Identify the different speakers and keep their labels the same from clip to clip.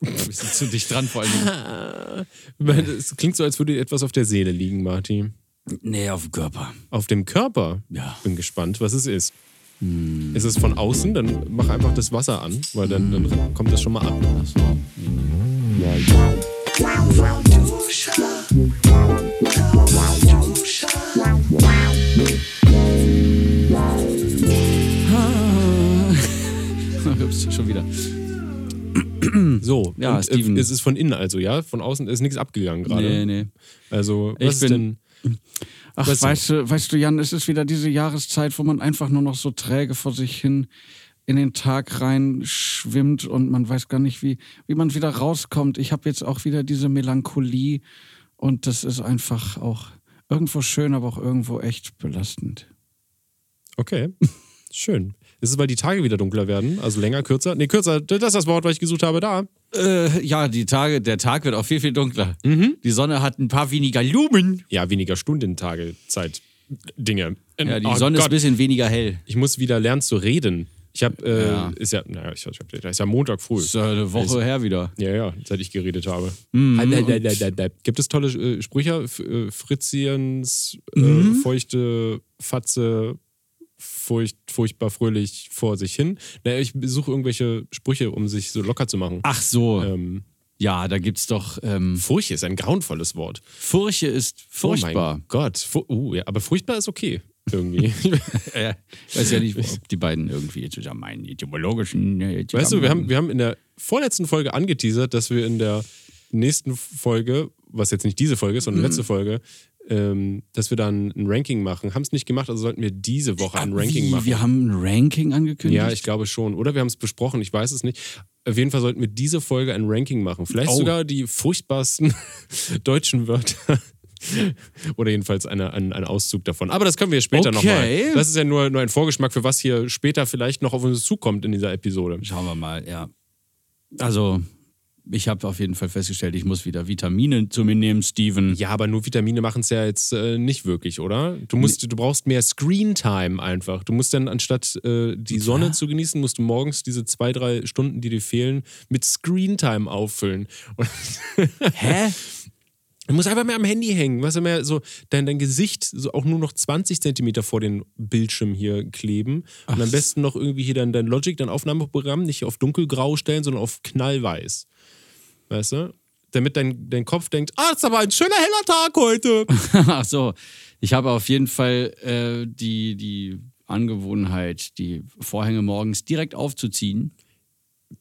Speaker 1: bisschen zu dicht dran vor allem. Es klingt so, als würde dir etwas auf der Seele liegen, Martin.
Speaker 2: Nee, auf dem Körper.
Speaker 1: Auf dem Körper?
Speaker 2: Ja.
Speaker 1: Bin gespannt, was es ist. Hm. Ist es von außen? Dann mach einfach das Wasser an, weil dann, dann kommt das schon mal ab. Ach so.
Speaker 2: Ups, schon wieder.
Speaker 1: So,
Speaker 2: Ja,
Speaker 1: und,
Speaker 2: Steven.
Speaker 1: äh, es ist von innen also, ja? Von außen ist nichts abgegangen gerade.
Speaker 2: Nee, nee.
Speaker 1: Also, was
Speaker 2: Ich
Speaker 1: ist
Speaker 2: bin-
Speaker 1: denn?
Speaker 2: Ach,
Speaker 1: Weißt
Speaker 2: weißt
Speaker 1: du-
Speaker 2: du, weißt du, Jan, es ist wieder diese Jahreszeit, wo man einfach nur noch so träge vor sich hin in den Tag reinschwimmt und man weiß gar nicht, wie, wie man wieder rauskommt. Ich habe jetzt auch wieder diese Melancholie und das ist einfach auch irgendwo schön, aber auch irgendwo echt belastend.
Speaker 1: Okay, schön. Ist es, weil die Tage wieder dunkler werden? Also länger, kürzer? Nee, kürzer, das ist das Wort, was ich gesucht habe, da.
Speaker 3: Äh, ja, die Tage, der Tag wird auch viel, viel dunkler.
Speaker 2: Mhm.
Speaker 3: Die Sonne hat ein paar weniger Lumen.
Speaker 1: Ja, weniger Stunden, Tage, Zeit, Dinge.
Speaker 3: Ja, die
Speaker 1: Oh
Speaker 3: Sonne ist
Speaker 1: Gott.
Speaker 3: ein bisschen weniger hell.
Speaker 1: ich muss wieder lernen zu reden. Ich habe, äh,
Speaker 3: Ja.
Speaker 1: ist ja, naja, ich, ich, ich, ist ja Montag früh.
Speaker 3: Ist ja eine Woche her wieder.
Speaker 1: Ja, ja, seit ich geredet habe.
Speaker 3: Mhm.
Speaker 1: Halt, halt, halt, halt, halt, halt. Gibt es tolle äh, Sprüche? F äh, Fritziens, äh,
Speaker 3: Mhm.
Speaker 1: feuchte Fatze, furcht, furchtbar fröhlich vor sich hin. Naja, ich suche irgendwelche Sprüche, um sich so locker zu machen.
Speaker 3: Ach so.
Speaker 1: Ähm,
Speaker 3: Ja, da gibt's doch. Ähm,
Speaker 1: Furche ist ein grauenvolles Wort.
Speaker 3: Furche ist
Speaker 1: Oh
Speaker 3: furchtbar.
Speaker 1: mein Gott. Fu uh, ja, aber furchtbar ist okay. Irgendwie. Oh
Speaker 3: Äh, weiß ja nicht, ob die beiden irgendwie zusammen meinen etymologischen. äh,
Speaker 1: Weißt du, wir haben,
Speaker 3: zusammen-
Speaker 1: wir haben in der vorletzten Folge angeteasert, dass wir in der nächsten Folge, was jetzt nicht diese Folge ist,
Speaker 3: Mhm.
Speaker 1: sondern letzte Folge, ähm, dass wir dann ein Ranking machen. Haben es nicht gemacht, also sollten wir diese Woche ein Ranking
Speaker 3: Ah, Wie,
Speaker 1: machen.
Speaker 3: Wir haben ein Ranking angekündigt.
Speaker 1: Ja, ich glaube schon. Oder wir haben es besprochen, ich weiß es nicht. Auf jeden Fall sollten wir diese Folge ein Ranking machen. Vielleicht
Speaker 3: Oh.
Speaker 1: sogar die furchtbarsten deutschen Wörter. Oder jedenfalls eine, ein, ein Auszug davon. Aber das können wir später
Speaker 3: Okay.
Speaker 1: nochmal. Das ist ja nur, nur ein Vorgeschmack für was hier später vielleicht noch auf uns zukommt in dieser Episode.
Speaker 3: Schauen wir mal, ja. Also, ich habe auf jeden Fall festgestellt, ich muss wieder Vitamine zu mir nehmen, Steven.
Speaker 1: Ja, aber nur Vitamine machen es ja jetzt äh, nicht wirklich, oder? Du musst, du brauchst mehr Screen-Time einfach. Du musst dann, anstatt äh, die Sonne zu genießen, musst du morgens diese zwei, drei Stunden, die dir fehlen, mit Screen-Time auffüllen. Und
Speaker 3: Hä?
Speaker 1: du musst einfach mehr am Handy hängen. Weißt du, mehr so dein, dein Gesicht so auch nur noch 20 Zentimeter vor den Bildschirm hier kleben. Und am besten noch irgendwie hier dein, dein Logic, dein Aufnahmeprogramm nicht auf dunkelgrau stellen, sondern auf knallweiß. Weißt du? Damit dein, dein Kopf denkt, ah, ist aber ein schöner heller Tag heute.
Speaker 3: Ach so. Ich habe auf jeden Fall äh, die, die Angewohnheit, die Vorhänge morgens direkt aufzuziehen.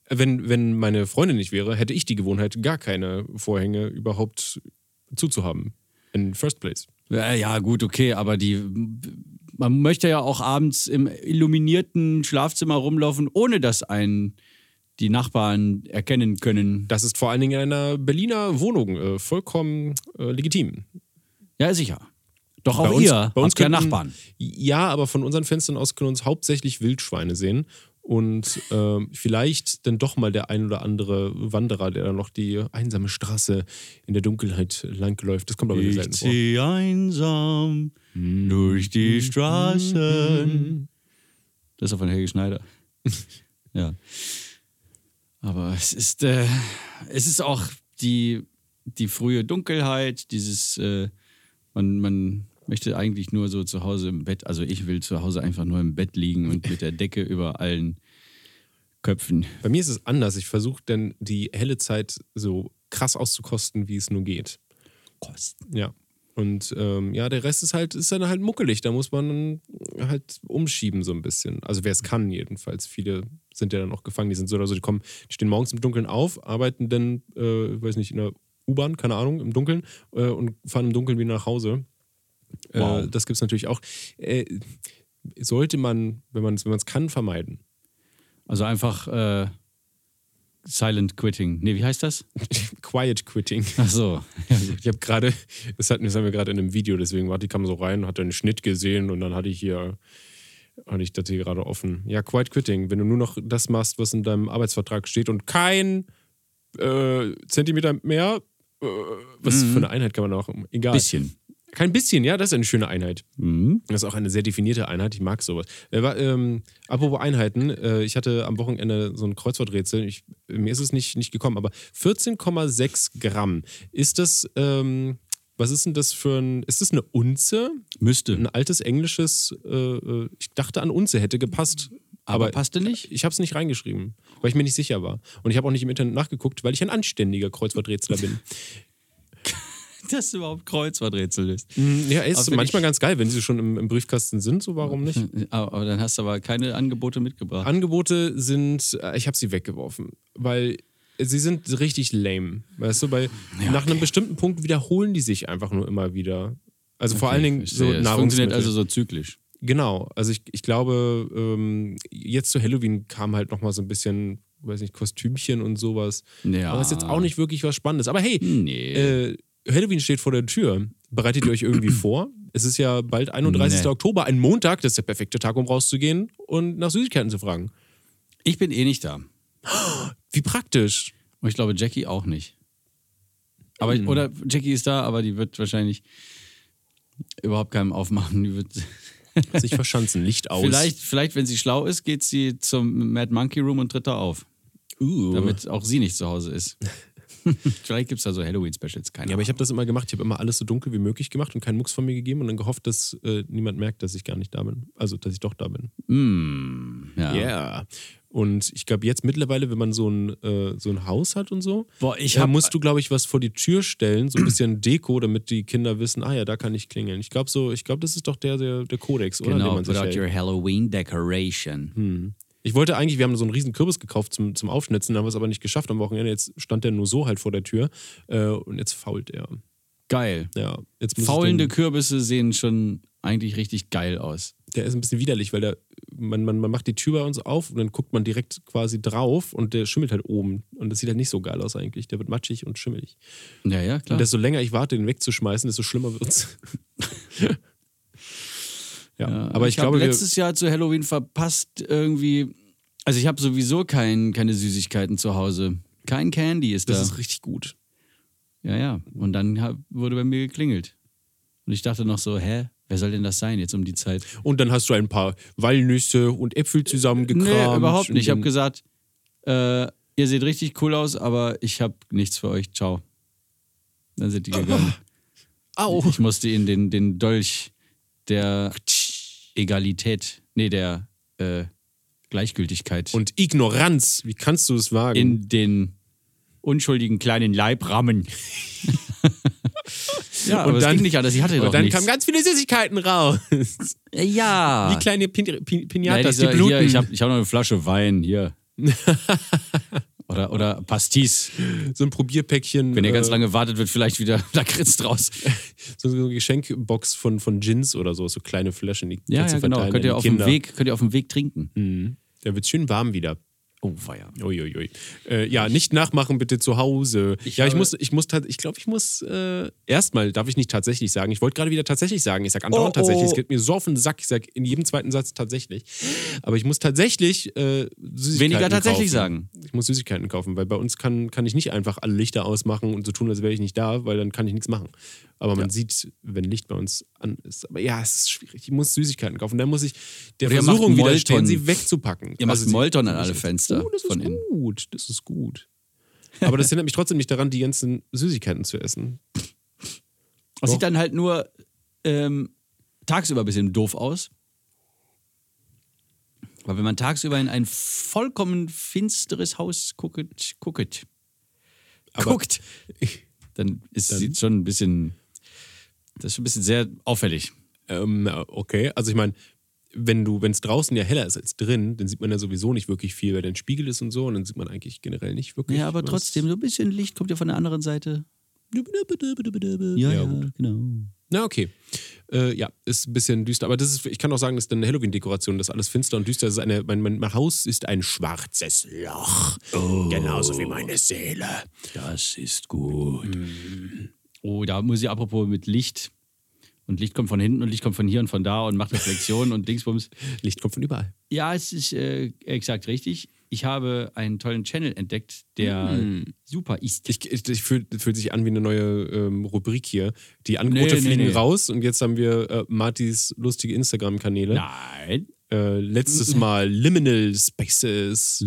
Speaker 1: wenn, wenn meine Freundin nicht wäre, hätte ich die Gewohnheit, gar keine Vorhänge überhaupt zuzuhaben. In first place.
Speaker 3: Äh, Ja, gut, okay, aber die. Man möchte ja auch abends im illuminierten Schlafzimmer rumlaufen, ohne dass einen die Nachbarn erkennen können.
Speaker 1: Das ist vor allen Dingen in einer Berliner Wohnung äh, vollkommen äh, legitim.
Speaker 3: Ja, sicher. Doch auch
Speaker 1: bei uns,
Speaker 3: ihr,
Speaker 1: bei uns
Speaker 3: habt ja
Speaker 1: könnten-
Speaker 3: Nachbarn.
Speaker 1: Ja, aber von unseren Fenstern aus können uns hauptsächlich Wildschweine sehen. Und ähm, vielleicht dann doch mal der ein oder andere Wanderer, der dann noch die einsame Straße in der Dunkelheit langläuft. Das kommt aber nicht selten vor.
Speaker 3: ziehe einsam durch die Straßen. Das ist auch von Helge Schneider. ja. Aber es ist, äh, es ist auch die, die frühe Dunkelheit, dieses, äh, man, man möchte eigentlich nur so zu Hause im Bett, also ich will zu Hause einfach nur im Bett liegen und mit der Decke über allen Köpfen.
Speaker 1: Bei mir ist es anders. Ich versuche dann die helle Zeit so krass auszukosten, wie es nur geht.
Speaker 3: Kosten.
Speaker 1: Ja. Und ähm, ja, der Rest ist halt, ist dann halt muckelig. Da muss man halt umschieben so ein bisschen. Also wer es kann, jedenfalls. Viele sind ja dann auch gefangen, die sind so oder so, die kommen, die stehen morgens im Dunkeln auf, arbeiten dann, äh, weiß nicht, in der U-Bahn, keine Ahnung, im Dunkeln äh, und fahren im Dunkeln wieder nach Hause. Äh,
Speaker 3: Wow.
Speaker 1: das gibt es natürlich auch. Äh, sollte man, wenn man es wenn man's kann, vermeiden.
Speaker 3: Also einfach äh, Silent Quitting. Nee, wie heißt das?
Speaker 1: Quiet Quitting.
Speaker 3: Ach so. Ja, gut.
Speaker 1: Also Ich habe gerade, das hatten wir, das haben wir gerade in einem Video, deswegen war die kam so rein, hat einen Schnitt gesehen und dann hatte ich hier, hatte ich das hier gerade offen. Ja, Quiet Quitting, wenn du nur noch das machst, was in deinem Arbeitsvertrag steht und kein äh, Zentimeter mehr, äh, was für eine Einheit kann man auch, egal.
Speaker 3: Bisschen.
Speaker 1: Kein bisschen, ja, das ist eine schöne Einheit.
Speaker 3: Mhm.
Speaker 1: Das ist auch eine sehr definierte Einheit. Ich mag sowas. Äh, wa- ähm, apropos Einheiten, äh, ich hatte am Wochenende so ein Kreuzworträtsel. Ich, mir ist es nicht, nicht gekommen, aber 14,6 Gramm. Ist das, ähm, was ist denn das für ein, ist das eine Unze?
Speaker 3: Müsste.
Speaker 1: Ein altes englisches, äh, äh, ich dachte an Unze hätte gepasst.
Speaker 3: aber,
Speaker 1: Aber,
Speaker 3: passte nicht?
Speaker 1: ich habe es nicht reingeschrieben, weil ich mir nicht sicher war. Und ich habe auch nicht im Internet nachgeguckt, weil ich ein anständiger Kreuzworträtsler bin.
Speaker 3: Dass du überhaupt Kreuzworträtsel ist.
Speaker 1: Mm, Ja,
Speaker 3: Aber
Speaker 1: ist
Speaker 3: wenn
Speaker 1: manchmal
Speaker 3: ich-
Speaker 1: ganz geil, wenn sie schon im, im Briefkasten sind, so warum nicht?
Speaker 3: Aber, aber dann hast du aber keine Angebote mitgebracht.
Speaker 1: Angebote sind, äh, ich habe sie weggeworfen, weil sie sind richtig lame. Weißt du, weil nach einem bestimmten Punkt wiederholen die sich einfach nur immer wieder. Also vor allen Dingen so
Speaker 3: es funktioniert
Speaker 1: Nahrungsmittel.
Speaker 3: also so zyklisch.
Speaker 1: genau, also ich, ich glaube, ähm, jetzt zu Halloween kam halt nochmal so ein bisschen, weiß nicht, Kostümchen und sowas.
Speaker 3: Ja. Hm.
Speaker 1: Aber ist jetzt auch nicht wirklich was Spannendes. Aber hey,
Speaker 3: Nee.
Speaker 1: äh, Halloween steht vor der Tür. Bereitet ihr euch irgendwie vor? Es ist ja bald 31.
Speaker 3: Nee.
Speaker 1: Oktober, ein Montag, das ist der perfekte Tag, um rauszugehen und nach Süßigkeiten zu fragen.
Speaker 3: ich bin eh nicht da.
Speaker 1: Wie praktisch.
Speaker 3: Und ich glaube, Jackie auch nicht. Aber,
Speaker 1: Hm.
Speaker 3: Oder Jackie ist da, aber die wird wahrscheinlich überhaupt keinem aufmachen. Die wird
Speaker 1: Sich verschanzen, Licht aus.
Speaker 3: vielleicht, vielleicht, wenn sie schlau ist, geht sie zum Mad Monkey Room und tritt da auf.
Speaker 1: Uh.
Speaker 3: Damit auch sie nicht zu Hause ist. vielleicht gibt es da so Halloween-Specials, keine
Speaker 1: ja, aber ich habe
Speaker 3: Ahnung.
Speaker 1: das immer gemacht. Ich habe immer alles so dunkel wie möglich gemacht und keinen Mucks von mir gegeben und dann gehofft, dass äh, niemand merkt, dass ich gar nicht da bin. Also, dass ich doch da bin.
Speaker 3: Mm, ja.
Speaker 1: Yeah. Und ich glaube, jetzt mittlerweile, wenn man so ein, äh, so ein Haus hat und so,
Speaker 3: Boah, ich
Speaker 1: da
Speaker 3: hab-
Speaker 1: musst du, glaube ich, was vor die Tür stellen, so ein bisschen Deko, damit die Kinder wissen, ah ja, da kann ich klingeln. Ich glaube, so, ich glaube, das ist doch der, der, der Kodex, oder? Den
Speaker 3: Genau,
Speaker 1: man
Speaker 3: put
Speaker 1: sich
Speaker 3: out
Speaker 1: hält.
Speaker 3: your Halloween decoration.
Speaker 1: Hm. Ich wollte eigentlich, wir haben so einen riesen Kürbis gekauft zum, zum Aufschnitzen, haben wir es aber nicht geschafft am Wochenende. Jetzt stand der nur so halt vor der Tür äh, und jetzt fault er.
Speaker 3: Geil.
Speaker 1: Ja, jetzt muss
Speaker 3: Faulende
Speaker 1: Ich
Speaker 3: Kürbisse sehen schon eigentlich richtig geil aus.
Speaker 1: den, der ist ein bisschen widerlich, weil der, man, man, man macht die Tür bei uns auf und dann guckt man direkt quasi drauf und der schimmelt halt oben. Und das sieht halt nicht so geil aus eigentlich. Der wird matschig und schimmelig.
Speaker 3: Ja, ja, klar.
Speaker 1: Und desto länger ich warte, den wegzuschmeißen, desto schlimmer wird's. ja, aber ich,
Speaker 3: hab
Speaker 1: glaube, wir,
Speaker 3: letztes Jahr zu Halloween verpasst irgendwie. Also ich habe sowieso kein, keine Süßigkeiten zu Hause. Kein Candy ist
Speaker 1: das
Speaker 3: da.
Speaker 1: ist richtig gut.
Speaker 3: ja, ja. Und dann hab, wurde bei mir geklingelt. Und ich dachte noch so, hä, wer soll denn das sein jetzt um die Zeit?
Speaker 1: Und dann hast du ein paar Walnüsse und Äpfel zusammengekramt.
Speaker 3: Nee, überhaupt
Speaker 1: und
Speaker 3: nicht. Ich habe
Speaker 1: dann-
Speaker 3: gesagt, äh, ihr seht richtig cool aus, aber ich habe nichts für euch. Ciao. Dann sind die gegangen.
Speaker 1: Au.
Speaker 3: Ich musste ihnen den, den Dolch der Egalität, nee, der äh, Gleichgültigkeit
Speaker 1: Und Ignoranz, wie kannst du es wagen?
Speaker 3: in den unschuldigen kleinen Leib rammen. ja, aber
Speaker 1: Und
Speaker 3: und es
Speaker 1: dann-
Speaker 3: ging nicht anders. Ich hatte doch
Speaker 1: und dann
Speaker 3: nichts.
Speaker 1: kamen ganz viele Süßigkeiten raus.
Speaker 3: ja.
Speaker 1: Wie kleine Pin Pin
Speaker 3: Ah. ja,
Speaker 1: Pinatas,
Speaker 3: dieser,
Speaker 1: die bluten.
Speaker 3: hier, ich habe ich hab noch eine Flasche Wein hier. oder, oder Pastis.
Speaker 1: so ein Probierpäckchen.
Speaker 3: Wenn ihr ganz
Speaker 1: äh,
Speaker 3: lange wartet, wird vielleicht wieder Lakritz draus.
Speaker 1: So eine Geschenkbox von, von Gins oder so, so kleine Flaschen. Die
Speaker 3: Ja,
Speaker 1: kannst
Speaker 3: ja
Speaker 1: du
Speaker 3: genau.
Speaker 1: verteilen
Speaker 3: Könnt ihr,
Speaker 1: an
Speaker 3: auf
Speaker 1: die
Speaker 3: dem
Speaker 1: Kinder.
Speaker 3: Weg, könnt ihr auf dem Weg trinken.
Speaker 1: Mhm. Da wird schön warm wieder.
Speaker 3: Oh, weia.
Speaker 1: Uiuiui. Äh, ja, nicht nachmachen bitte zu Hause.
Speaker 3: Ich
Speaker 1: ja, ich
Speaker 3: habe-
Speaker 1: muss, ich muss, tat- ich glaube, ich muss äh, erstmal darf ich nicht tatsächlich sagen. Ich wollte gerade wieder tatsächlich sagen. Ich sag andauernd
Speaker 3: Oh, oh.
Speaker 1: tatsächlich. Es geht mir so auf den Sack. Ich sag in jedem zweiten Satz tatsächlich. Aber ich muss tatsächlich äh, Süßigkeiten
Speaker 3: Weniger tatsächlich
Speaker 1: kaufen.
Speaker 3: sagen.
Speaker 1: Ich muss Süßigkeiten kaufen, weil bei uns kann, kann ich nicht einfach alle Lichter ausmachen und so tun, als wäre ich nicht da, weil dann kann ich nichts machen. Aber man sieht, wenn Licht bei uns an ist. Aber ja, es ist schwierig. Ich muss Süßigkeiten kaufen. Dann muss ich der
Speaker 3: Oder ihr macht
Speaker 1: Versuchung
Speaker 3: Molton.
Speaker 1: widerstehen, sie wegzupacken. Also
Speaker 3: Ihr macht
Speaker 1: sie-
Speaker 3: Molton an alle Fenster
Speaker 1: Oh, das ist
Speaker 3: von innen.
Speaker 1: gut, das ist gut. Aber das hindert mich trotzdem nicht daran, die ganzen Süßigkeiten zu essen.
Speaker 3: Das
Speaker 1: Doch.
Speaker 3: sieht dann halt nur ähm, tagsüber ein bisschen doof aus. Aber wenn man tagsüber in ein vollkommen finsteres Haus guckt, guckt,
Speaker 1: Aber-
Speaker 3: guckt, dann ist
Speaker 1: Dann-
Speaker 3: sieht schon ein bisschen, das ist schon ein bisschen sehr auffällig.
Speaker 1: Ähm, okay, also ich meine, wenn du, wenn es draußen ja heller ist als drin, dann sieht man ja sowieso nicht wirklich viel, weil dann Spiegel ist und so und dann sieht man eigentlich generell nicht wirklich.
Speaker 3: Ja, aber
Speaker 1: was.
Speaker 3: trotzdem, so ein bisschen Licht kommt ja von der anderen Seite.
Speaker 1: Ja,
Speaker 3: Ja, ja,
Speaker 1: gut.
Speaker 3: genau.
Speaker 1: Na, okay. Äh, ja, ist ein bisschen düster. Aber das ist, ich kann auch sagen, das ist eine Halloween-Dekoration, das ist alles finster und düster. Das ist eine, mein, mein mein Haus ist ein schwarzes Loch.
Speaker 3: Oh.
Speaker 1: Genauso wie meine Seele.
Speaker 3: Das ist gut. Oh, da muss ich apropos mit Licht Und Licht kommt von hinten und Licht kommt von hier und von da und macht Reflexionen und Dingsbums.
Speaker 1: Licht kommt von überall.
Speaker 3: Ja, es ist äh, exakt richtig. Ich habe einen tollen Channel entdeckt, der
Speaker 1: Mm.
Speaker 3: super ist.
Speaker 1: Ich, ich, ich fühlt, fühlt sich an wie eine neue ähm, Rubrik hier. Die Angebote
Speaker 3: Nee, nee,
Speaker 1: fliegen
Speaker 3: nee.
Speaker 1: raus und jetzt haben wir äh, Martis lustige Instagram-Kanäle.
Speaker 3: Nein.
Speaker 1: Äh, letztes Mal Liminal Spaces.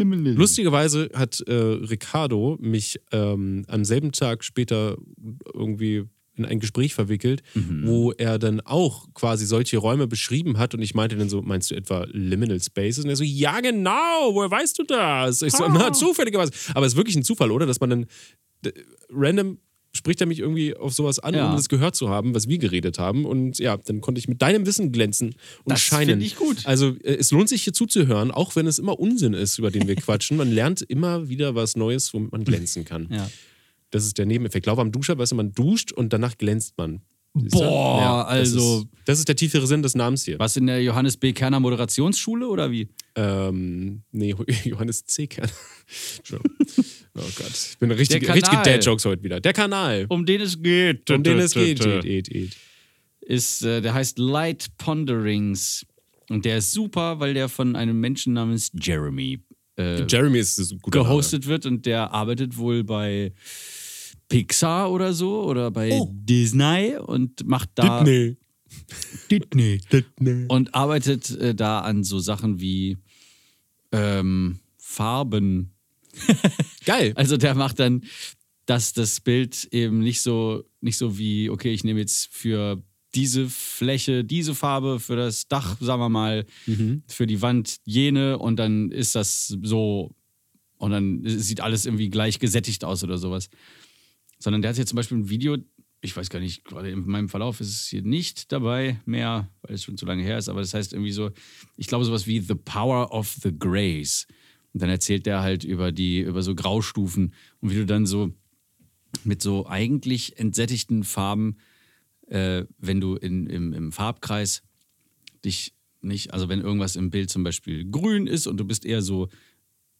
Speaker 3: Hm.
Speaker 1: Lustigerweise hat äh, Ricardo mich ähm, am selben Tag später irgendwie in ein Gespräch verwickelt,
Speaker 3: Mhm.
Speaker 1: wo er dann auch quasi solche Räume beschrieben hat und ich meinte dann so, meinst du etwa Liminal Spaces? Und er so, ja genau, woher weißt du das? Ich so,
Speaker 3: Ah.
Speaker 1: na, zufälligerweise. Aber es ist wirklich ein Zufall, oder? Dass man dann d- random spricht er mich irgendwie auf sowas an,
Speaker 3: Ja.
Speaker 1: um das gehört zu haben, was wir geredet haben. Und ja, dann konnte ich mit deinem Wissen glänzen und
Speaker 3: Das
Speaker 1: scheinen.
Speaker 3: finde ich gut.
Speaker 1: Also äh, es lohnt sich hier zuzuhören, auch wenn es immer Unsinn ist, über den wir quatschen. Man lernt immer wieder was Neues, womit man glänzen kann.
Speaker 3: Ja.
Speaker 1: Das ist der Nebeneffekt. Glaube am Duscher, weißt du, man duscht und danach glänzt man. Siehst du?
Speaker 3: Boah,
Speaker 1: das
Speaker 3: also-
Speaker 1: Ist, das ist der tiefere Sinn des Namens hier.
Speaker 3: Was in der Johannes B. Kerner Moderationsschule oder wie?
Speaker 1: Ähm, nee, Johannes C. Kern. Entschuldigung. oh Gott. Ich bin richtig,
Speaker 3: Der
Speaker 1: richtige
Speaker 3: Kanal.
Speaker 1: Dad-Jokes heute wieder. Der Kanal.
Speaker 3: Um den es geht.
Speaker 1: Um den es geht. geht, geht, geht.
Speaker 3: Ist, äh, der heißt Light Ponderings. Und der ist super, weil der von einem Menschen namens Jeremy äh,
Speaker 1: Jeremy ist ein guter
Speaker 3: gehostet wird und der arbeitet wohl bei Pixar oder so oder bei
Speaker 1: Oh.
Speaker 3: Disney und macht da
Speaker 1: Name. Disney.
Speaker 3: Disney.
Speaker 1: Disney.
Speaker 3: und arbeitet äh, da an so Sachen wie ähm, Farben.
Speaker 1: Geil.
Speaker 3: Also der macht dann, dass das Bild eben nicht so, nicht so wie, okay, ich nehme jetzt für diese Fläche, diese Farbe, für das Dach, sagen wir mal, für die Wand jene und dann ist das so und dann sieht alles irgendwie gleich gesättigt aus oder sowas. Sondern der hat hier zum Beispiel ein Video, ich weiß gar nicht, gerade in meinem Verlauf ist es hier nicht dabei mehr, weil es schon zu lange her ist, aber das heißt irgendwie so, ich glaube sowas wie The Power of the Grays. Und dann erzählt der halt über die, über so Graustufen und wie du dann so mit so eigentlich entsättigten Farben, äh, wenn du in, im, im Farbkreis dich nicht, also wenn irgendwas im Bild zum Beispiel grün ist und du bist eher so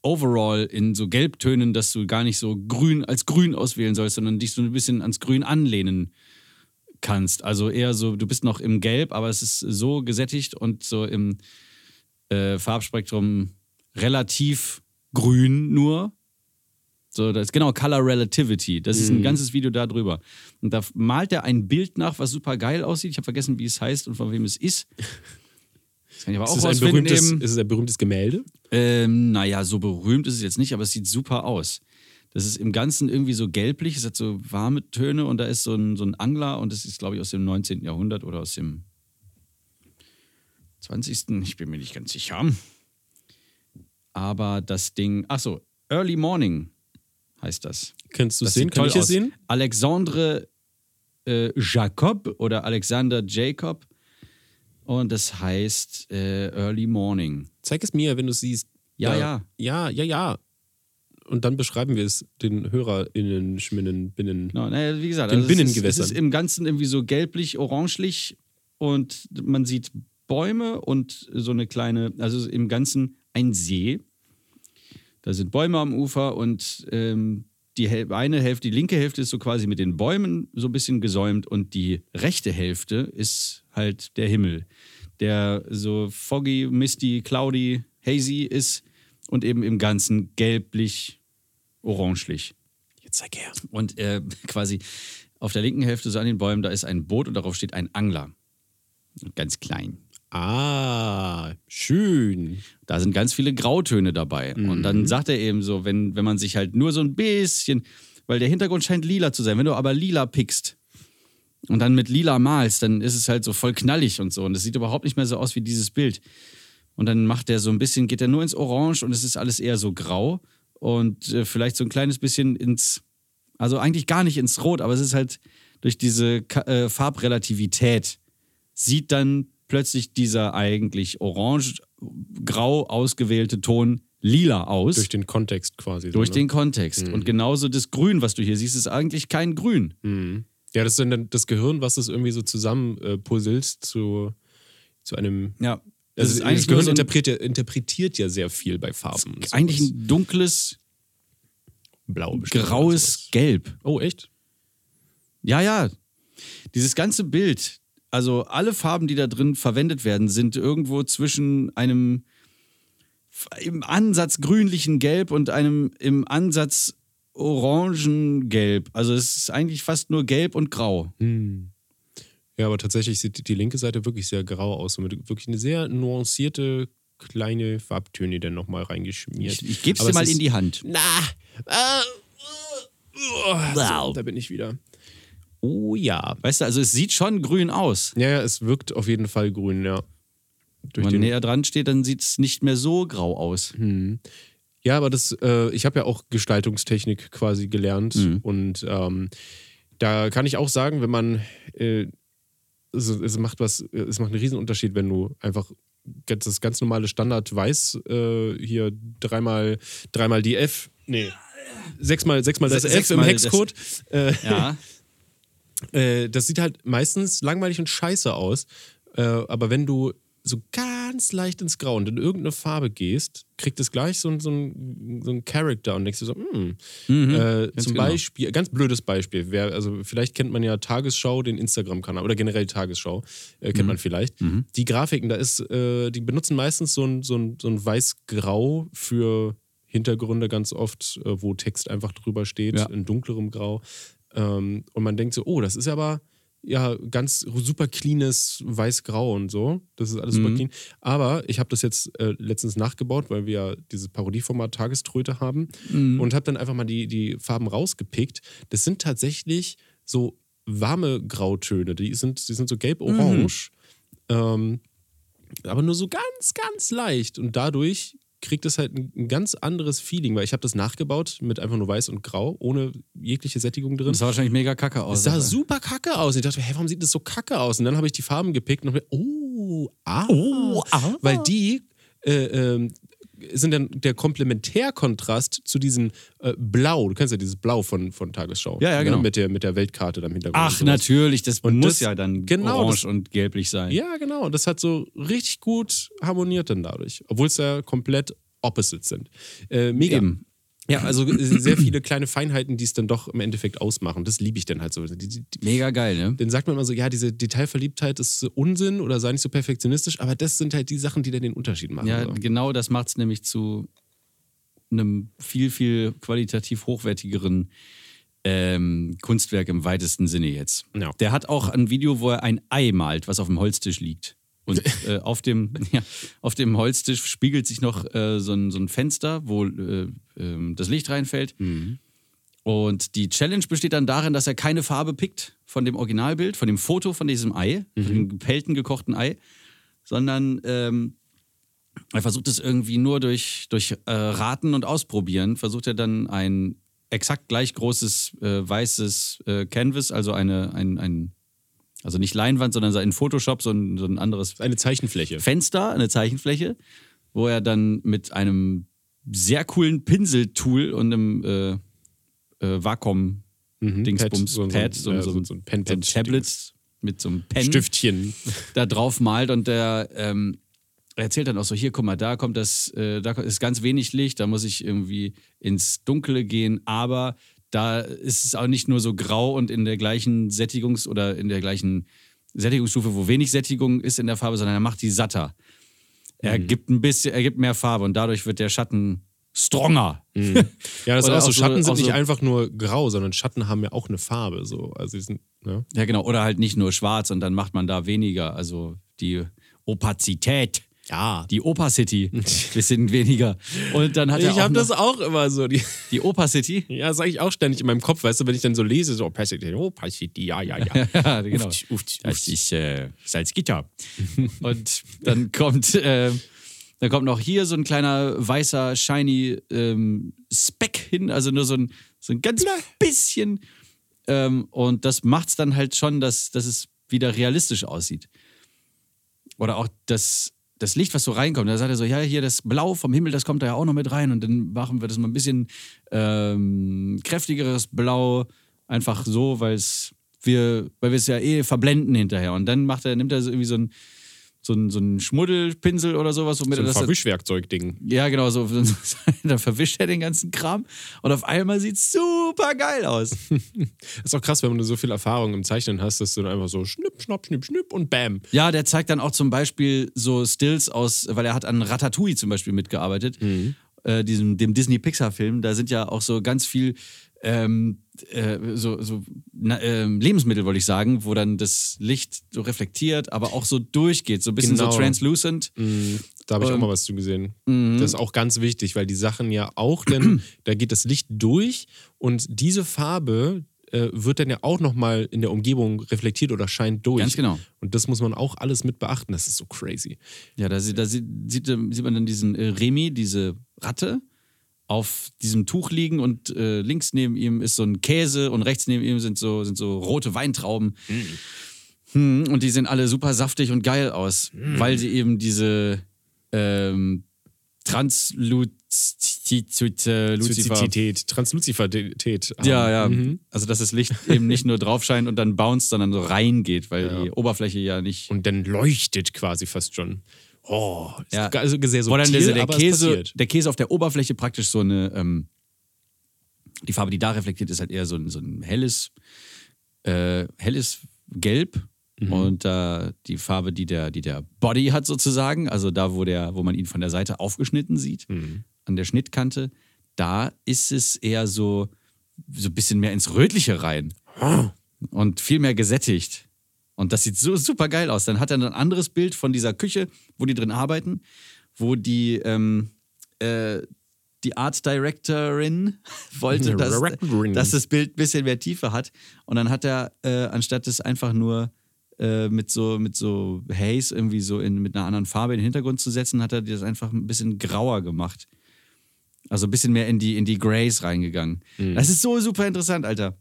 Speaker 3: overall in so Gelbtönen, dass du gar nicht so grün als grün auswählen sollst, sondern dich so ein bisschen ans Grün anlehnen kannst. Also eher so, du bist noch im Gelb, aber es ist so gesättigt und so im äh, Farbspektrum relativ grün nur. So, das genau Color Relativity. Das
Speaker 1: Mhm.
Speaker 3: ist ein ganzes Video darüber. Und da malt er ein Bild nach, was super geil aussieht. Ich habe vergessen, wie es heißt und von wem es ist. Das kann ich aber
Speaker 1: Ist
Speaker 3: auch
Speaker 1: es, ein
Speaker 3: rausfinden
Speaker 1: berühmtes,
Speaker 3: eben.
Speaker 1: ist es ein berühmtes Gemälde?
Speaker 3: Ähm, naja, so berühmt ist es jetzt nicht, aber es sieht super aus. Das ist im Ganzen irgendwie so gelblich, es hat so warme Töne und da ist so ein, so ein Angler und das ist, glaube ich, aus dem 19. Jahrhundert oder aus dem 20. Ich bin mir nicht ganz sicher. Aber das Ding, achso, Early Morning heißt das.
Speaker 1: Kannst du
Speaker 3: Das
Speaker 1: es sehen?
Speaker 3: sieht
Speaker 1: Kann
Speaker 3: toll
Speaker 1: ich es
Speaker 3: aus.
Speaker 1: sehen?
Speaker 3: Alexandre äh, Jacob oder Alexander Jacob und das heißt äh, Early Morning.
Speaker 1: Zeig es mir, wenn du es siehst.
Speaker 3: Ja,
Speaker 1: Da-
Speaker 3: ja.
Speaker 1: Ja, ja, ja. Und dann beschreiben wir es den HörerInnen, Schminnen, Binnen.
Speaker 3: Genau, naja, wie gesagt,
Speaker 1: Den
Speaker 3: also es ist-
Speaker 1: Binnengewässern.
Speaker 3: Es ist im Ganzen irgendwie so gelblich, orangelich und man sieht Bäume und so eine kleine, also im Ganzen ein See. Da sind Bäume am Ufer und ähm, die Häl- eine Hälfte, die linke Hälfte ist so quasi mit den Bäumen so ein bisschen gesäumt und die rechte Hälfte ist halt der Himmel, der so foggy, misty, cloudy, hazy ist und eben im Ganzen gelblich, orangelich.
Speaker 1: Jetzt zeig her.
Speaker 3: Und äh, quasi auf der linken Hälfte, so an den Bäumen, da ist ein Boot und darauf steht ein Angler. Ganz klein.
Speaker 1: Ah, schön.
Speaker 3: Da sind ganz viele Grautöne dabei. Und dann sagt er eben so, wenn, wenn man sich halt nur so ein bisschen, weil der Hintergrund scheint lila zu sein, wenn du aber lila pickst und dann mit lila malst, dann ist es halt so voll knallig und so. Und es sieht überhaupt nicht mehr so aus wie dieses Bild. Und dann macht er so ein bisschen, geht er nur ins Orange und es ist alles eher so grau und äh, vielleicht so ein kleines bisschen ins, also eigentlich gar nicht ins Rot, aber es ist halt durch diese Ka äh, Farbrelativität sieht dann plötzlich dieser eigentlich orange-grau ausgewählte Ton lila aus.
Speaker 1: Durch den Kontext quasi. so,
Speaker 3: Durch
Speaker 1: ne?
Speaker 3: den Kontext. Und genauso das Grün, was du hier siehst, ist eigentlich kein Grün.
Speaker 1: Mhm. Ja, das ist dann das Gehirn, was das irgendwie so zusammen äh, puzzelt zu, zu einem.
Speaker 3: Ja. Das
Speaker 1: Also
Speaker 3: ist eigentlich, nur
Speaker 1: Gehirn
Speaker 3: so ein,
Speaker 1: interpretiert, interpretiert ja sehr viel bei Farben. und
Speaker 3: eigentlich
Speaker 1: sowas.
Speaker 3: ein dunkles,
Speaker 1: blau bestimmt oder sowas.
Speaker 3: graues Gelb.
Speaker 1: Oh, echt?
Speaker 3: Ja, ja. Dieses ganze Bild, also alle Farben, die da drin verwendet werden, sind irgendwo zwischen einem im Ansatz grünlichen Gelb und einem im Ansatz orangengelb. Also es ist eigentlich fast nur gelb und grau.
Speaker 1: Hm. Ja, aber tatsächlich sieht die- die linke Seite wirklich sehr grau aus. Und mit wirklich eine sehr nuancierte kleine Farbtöne dann nochmal reingeschmiert.
Speaker 3: Ich, ich gebe
Speaker 1: Aber
Speaker 3: dir
Speaker 1: es
Speaker 3: mal
Speaker 1: ist-
Speaker 3: in die Hand.
Speaker 1: Na, äh, äh, wow. so, da bin ich wieder. Oh ja.
Speaker 3: Weißt du, also es sieht schon grün aus.
Speaker 1: Ja, ja, es wirkt auf jeden Fall grün, ja.
Speaker 3: Wenn
Speaker 1: Durch
Speaker 3: man
Speaker 1: den,
Speaker 3: näher dran steht, dann sieht es nicht mehr so grau aus.
Speaker 1: Hm. ja, aber das, äh, ich habe ja auch Gestaltungstechnik quasi gelernt
Speaker 3: Mhm.
Speaker 1: und ähm, da kann ich auch sagen, wenn man, äh, es, es macht was, es macht einen Riesenunterschied, wenn du einfach ganz, das ganz normale Standard weiß äh, hier dreimal, dreimal die F, nee, sechsmal, sechsmal das
Speaker 3: Se-
Speaker 1: F im
Speaker 3: sechsmal das-
Speaker 1: Hexcode. Äh,
Speaker 3: Ja.
Speaker 1: äh, das sieht halt meistens langweilig und scheiße aus. Äh, aber wenn du so ganz leicht ins Grau und in irgendeine Farbe gehst, kriegt es gleich so, ein- so, ein, so einen Charakter und denkst du so, hm. äh, zum
Speaker 3: genau.
Speaker 1: Beispiel, ganz blödes Beispiel, wer, also vielleicht kennt man ja Tagesschau, den Instagram-Kanal oder generell Tagesschau, äh, kennt man vielleicht. Die Grafiken, da ist, äh, die benutzen meistens so ein, so ein, so ein weiß-grau für Hintergründe ganz oft, äh, wo Text einfach drüber steht,
Speaker 3: Ja.
Speaker 1: in dunklerem Grau. Ähm, und man denkt so, oh, das ist aber ja ganz super cleanes Weiß-Grau und so. Das ist alles super clean. Aber ich habe das jetzt äh, letztens nachgebaut, weil wir ja dieses Parodieformat Tageströte haben und habe dann einfach mal die, die Farben rausgepickt. Das sind tatsächlich so warme Grautöne. Die sind, die sind so gelb-orange. Ähm, aber nur so ganz, ganz leicht. Und dadurch kriegt es halt ein, ein ganz anderes Feeling, weil ich habe das nachgebaut mit einfach nur weiß und grau, ohne jegliche Sättigung drin.
Speaker 3: Das sah wahrscheinlich mega kacke aus.
Speaker 1: Es sah
Speaker 3: aber-
Speaker 1: super kacke aus. Ich dachte, hey, warum sieht das so kacke aus? Und dann habe ich die Farben gepickt und dachte, oh, ah, weil die äh, ähm, sind dann der Komplementärkontrast zu diesem äh, Blau. Du kennst ja dieses Blau von, von Tagesschau.
Speaker 3: Ja, ja,
Speaker 1: ne?
Speaker 3: genau.
Speaker 1: Mit der, mit der Weltkarte da im Hintergrund. und
Speaker 3: Ach,
Speaker 1: sowas.
Speaker 3: natürlich. Das
Speaker 1: Und
Speaker 3: muss
Speaker 1: das-
Speaker 3: ja dann
Speaker 1: genau,
Speaker 3: orange
Speaker 1: das-
Speaker 3: und gelblich sein.
Speaker 1: Ja, genau. Das hat so richtig gut harmoniert dann dadurch. Obwohl es ja komplett Opposites sind. Äh, mega.
Speaker 3: Eben.
Speaker 1: Ja, also äh, sehr viele kleine Feinheiten, die es dann doch im Endeffekt ausmachen. Das liebe ich dann halt so. Die, die, die-
Speaker 3: Mega geil, ne?
Speaker 1: dann sagt man immer so, ja, diese Detailverliebtheit ist Unsinn oder sei nicht so perfektionistisch, aber das sind halt die Sachen, die dann den Unterschied machen.
Speaker 3: Ja,
Speaker 1: so.
Speaker 3: genau das macht es nämlich zu einem viel, viel qualitativ hochwertigeren ähm, Kunstwerk im weitesten Sinne jetzt.
Speaker 1: Ja.
Speaker 3: Der hat auch ein Video, wo er ein Ei malt, was auf dem Holztisch liegt. Und äh, auf, dem, ja, auf dem Holztisch spiegelt sich noch äh, so, ein, so ein Fenster, wo äh, ähm, das Licht reinfällt. Und die Challenge besteht dann darin, dass er keine Farbe pickt von dem Originalbild, von dem Foto von diesem Ei, von dem gepellten, gekochten Ei, sondern ähm, er versucht es irgendwie nur durch, durch äh, Raten und Ausprobieren, versucht er dann ein exakt gleich großes äh, weißes äh, Canvas, also eine, ein, ein, also nicht Leinwand, sondern so in Photoshop so ein, so ein anderes
Speaker 1: Eine Zeichenfläche.
Speaker 3: Fenster, eine Zeichenfläche, wo er dann mit einem sehr coolen Pinseltool und einem äh, äh, Vakuum Dingsbums,
Speaker 1: Pad, Mhm, so- so-
Speaker 3: Pad, so,
Speaker 1: ja,
Speaker 3: so,
Speaker 1: so- so ein Pen-
Speaker 3: so ein
Speaker 1: Pad-Dings.
Speaker 3: Tablet mit so einem Pen
Speaker 1: Stiftchen.
Speaker 3: da drauf malt und der ähm, erzählt dann auch so, hier, guck mal, da kommt das, äh, da ist ganz wenig Licht, da muss ich irgendwie ins Dunkle gehen, aber da ist es auch nicht nur so grau und in der gleichen Sättigungs- oder in der gleichen Sättigungsstufe, wo wenig Sättigung ist in der Farbe, sondern er macht die satter. Er gibt ein bisschen, er gibt mehr Farbe und dadurch wird der Schatten stronger.
Speaker 1: Ja, das ist
Speaker 3: Oder
Speaker 1: auch so.
Speaker 3: auch so-
Speaker 1: Schatten sind
Speaker 3: auch so-
Speaker 1: nicht einfach nur grau, sondern Schatten haben ja auch eine Farbe. So. Also die sind, ja.
Speaker 3: Ja, genau. Oder halt nicht nur schwarz und dann macht man da weniger. Also die Opazität.
Speaker 1: Ja.
Speaker 3: Die Opacity. Bisschen weniger. Und dann hat er
Speaker 1: Ich
Speaker 3: auch
Speaker 1: habe
Speaker 3: noch
Speaker 1: das auch immer so. Die,
Speaker 3: die Opacity.
Speaker 1: ja, sage ich auch ständig in meinem Kopf, weißt du, wenn ich dann so lese, so, oh, Passity, oh, Passity, ja, ja, ja.
Speaker 3: ja, genau.
Speaker 1: Uft, uft,
Speaker 3: Das
Speaker 1: uft.
Speaker 3: ist äh, Salzgitter. Und dann kommt, äh, dann kommt noch hier so ein kleiner weißer, shiny ähm, Speck hin, also nur so ein, so ein ganz bisschen. Ähm, und das macht es dann halt schon, dass, dass es wieder realistisch aussieht. Oder auch das, das Licht, was so reinkommt. Da sagt er so, ja, hier das Blau vom Himmel, das kommt da ja auch noch mit rein. Und dann machen wir das mal ein bisschen ähm, kräftigeres Blau. Einfach so, weil's wir, weil wir es ja eh verblenden hinterher. Und dann macht er, nimmt er so irgendwie so ein, so ein, so ein Schmuddelpinsel oder sowas, womit
Speaker 1: So
Speaker 3: er
Speaker 1: ein
Speaker 3: das dann
Speaker 1: Verwischwerkzeug-Ding.
Speaker 3: ja, genau, so. Da verwischt er den ganzen Kram und auf einmal sieht es super geil aus.
Speaker 1: Ist auch krass, wenn du so viel Erfahrung im Zeichnen hast, dass du dann einfach so schnipp, schnapp, schnipp, schnipp und bam.
Speaker 3: Ja, der zeigt dann auch zum Beispiel so Stills aus, weil er hat an Ratatouille zum Beispiel mitgearbeitet, äh, diesem, dem Disney-Pixar-Film. Da sind ja auch so ganz viel ähm, äh, so, so, na, ähm, Lebensmittel, wollte ich sagen, wo dann das Licht so reflektiert, aber auch so durchgeht, so ein bisschen
Speaker 1: Genau.
Speaker 3: so translucent.
Speaker 1: Da habe ich auch
Speaker 3: Ähm,
Speaker 1: mal was zu gesehen.
Speaker 3: Mhm.
Speaker 1: Das ist auch ganz wichtig, weil die Sachen ja auch, denn da geht das Licht durch und diese Farbe äh, wird dann ja auch nochmal in der Umgebung reflektiert oder scheint durch.
Speaker 3: Ganz genau.
Speaker 1: Und das muss man auch alles mit beachten. Das ist so crazy.
Speaker 3: Ja, da, sie- da sieht, sieht, sieht man dann diesen äh, Remi, diese Ratte, auf diesem Tuch liegen und äh, links neben ihm ist so ein Käse und rechts neben ihm sind so, sind so rote Weintrauben. Hm, und die sehen alle super saftig und geil aus,
Speaker 1: Hm.
Speaker 3: weil sie eben diese ähm, transluzite Lucifer.
Speaker 1: Luzifität, Transluzifität.
Speaker 3: Ja, ja.
Speaker 1: Mhm.
Speaker 3: Also, dass das Licht eben nicht nur drauf scheint und dann bounced, sondern so reingeht, weil
Speaker 1: Ja.
Speaker 3: die Oberfläche ja nicht
Speaker 1: Und dann leuchtet quasi fast schon. Oh, ist
Speaker 3: Ja.
Speaker 1: gar- also sehr subtil,
Speaker 3: Wo dann der, der,
Speaker 1: aber es
Speaker 3: Käse,
Speaker 1: passiert.
Speaker 3: der Käse auf der Oberfläche praktisch so eine, ähm, die Farbe, die da reflektiert, ist halt eher so ein, so ein helles, äh, helles Gelb.
Speaker 1: Mhm.
Speaker 3: Und da die Farbe, die der, die der Body hat sozusagen, also da, wo, der, wo man ihn von der Seite aufgeschnitten sieht,
Speaker 1: Mhm.
Speaker 3: an der Schnittkante, da ist es eher so, so ein bisschen mehr ins Rötliche rein und viel mehr gesättigt. Und das sieht so super geil aus. Dann hat er ein anderes Bild von dieser Küche, wo die drin arbeiten, wo die, ähm, äh, die Art Directorin wollte, dass,
Speaker 1: Directorin.
Speaker 3: dass das Bild ein bisschen mehr Tiefe hat. Und dann hat er, äh, anstatt es einfach nur äh, mit so, mit so Haze irgendwie so in, mit einer anderen Farbe in den Hintergrund zu setzen, hat er das einfach ein bisschen grauer gemacht. Also ein bisschen mehr in die, in die Grays reingegangen.
Speaker 1: Mhm.
Speaker 3: Das ist so super interessant, Alter.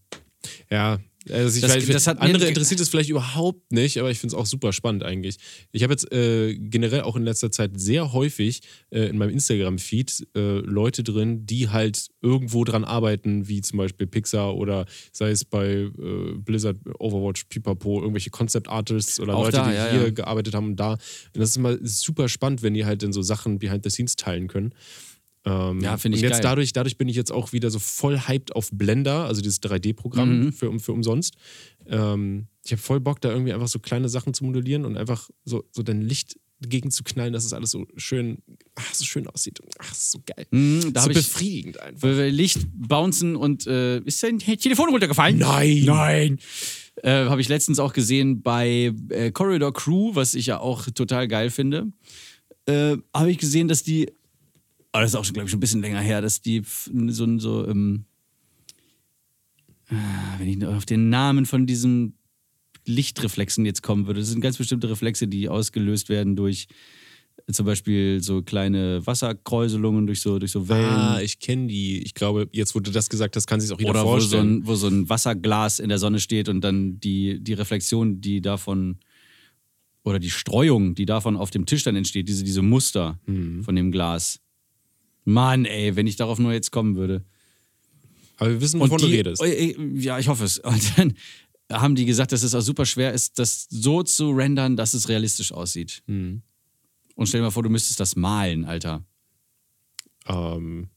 Speaker 1: Ja. Also ich
Speaker 3: Das-
Speaker 1: weiß,
Speaker 3: das hat mir-
Speaker 1: andere interessiert es vielleicht überhaupt nicht, aber ich finde es auch super spannend eigentlich. Ich habe jetzt äh, generell auch in letzter Zeit sehr häufig äh, in meinem Instagram-Feed äh, Leute drin, die halt irgendwo dran arbeiten, wie zum Beispiel Pixar oder sei es bei äh, Blizzard, Overwatch, Pipapo, irgendwelche Concept Artists oder
Speaker 3: Auch
Speaker 1: Leute,
Speaker 3: da,
Speaker 1: die
Speaker 3: ja,
Speaker 1: hier
Speaker 3: ja.
Speaker 1: gearbeitet haben und da. Und das ist immer super spannend, wenn die halt dann so Sachen behind the scenes teilen können. Ähm,
Speaker 3: Ja, finde ich
Speaker 1: Und jetzt
Speaker 3: geil.
Speaker 1: dadurch, dadurch bin ich jetzt auch wieder so voll hyped auf Blender, also dieses
Speaker 3: Mhm.
Speaker 1: 3D-Programm für, für umsonst. Ähm, ich habe voll Bock, da irgendwie einfach so kleine Sachen zu modellieren und einfach so, so dein Licht gegen zu knallen, dass es alles so schön, ach, so schön aussieht. Ach, ist so geil.
Speaker 3: Mhm, da
Speaker 1: so
Speaker 3: hab ich-
Speaker 1: befriedigend einfach.
Speaker 3: Weil wir Licht bouncen und äh, ist dein Telefon runtergefallen?
Speaker 1: Nein.
Speaker 3: Nein! Äh, Habe ich letztens auch gesehen bei äh, Corridor Crew, was ich ja auch total geil finde. Äh, Habe ich gesehen, dass die, aber das ist auch schon, glaube ich, schon ein bisschen länger her, dass die f- so, ein- so ähm, Ah, wenn ich nur auf den Namen von diesen Lichtreflexen jetzt kommen würde, das sind ganz bestimmte Reflexe, die ausgelöst werden durch zum Beispiel so kleine Wasserkräuselungen, durch so, durch so Wellen.
Speaker 1: Ah, ich kenne die. Ich glaube, jetzt wurde das gesagt, das kann sich auch jeder
Speaker 3: Oder wo so,
Speaker 1: vorstellen.
Speaker 3: ein, wo so ein Wasserglas in der Sonne steht und dann die, die Reflexion, die davon oder die Streuung, die davon auf dem Tisch dann entsteht, diese, diese Muster
Speaker 1: Mhm.
Speaker 3: von dem Glas. Mann, ey, wenn ich darauf nur jetzt kommen würde.
Speaker 1: Aber wir wissen, wovon
Speaker 3: die,
Speaker 1: du redest.
Speaker 3: äh, äh, Ja, ich hoffe es. Und dann haben die gesagt, dass es auch super schwer ist, das so zu rendern, dass es realistisch aussieht.
Speaker 1: Mhm.
Speaker 3: Und stell dir mal vor, du müsstest das malen, Alter.
Speaker 1: Ähm,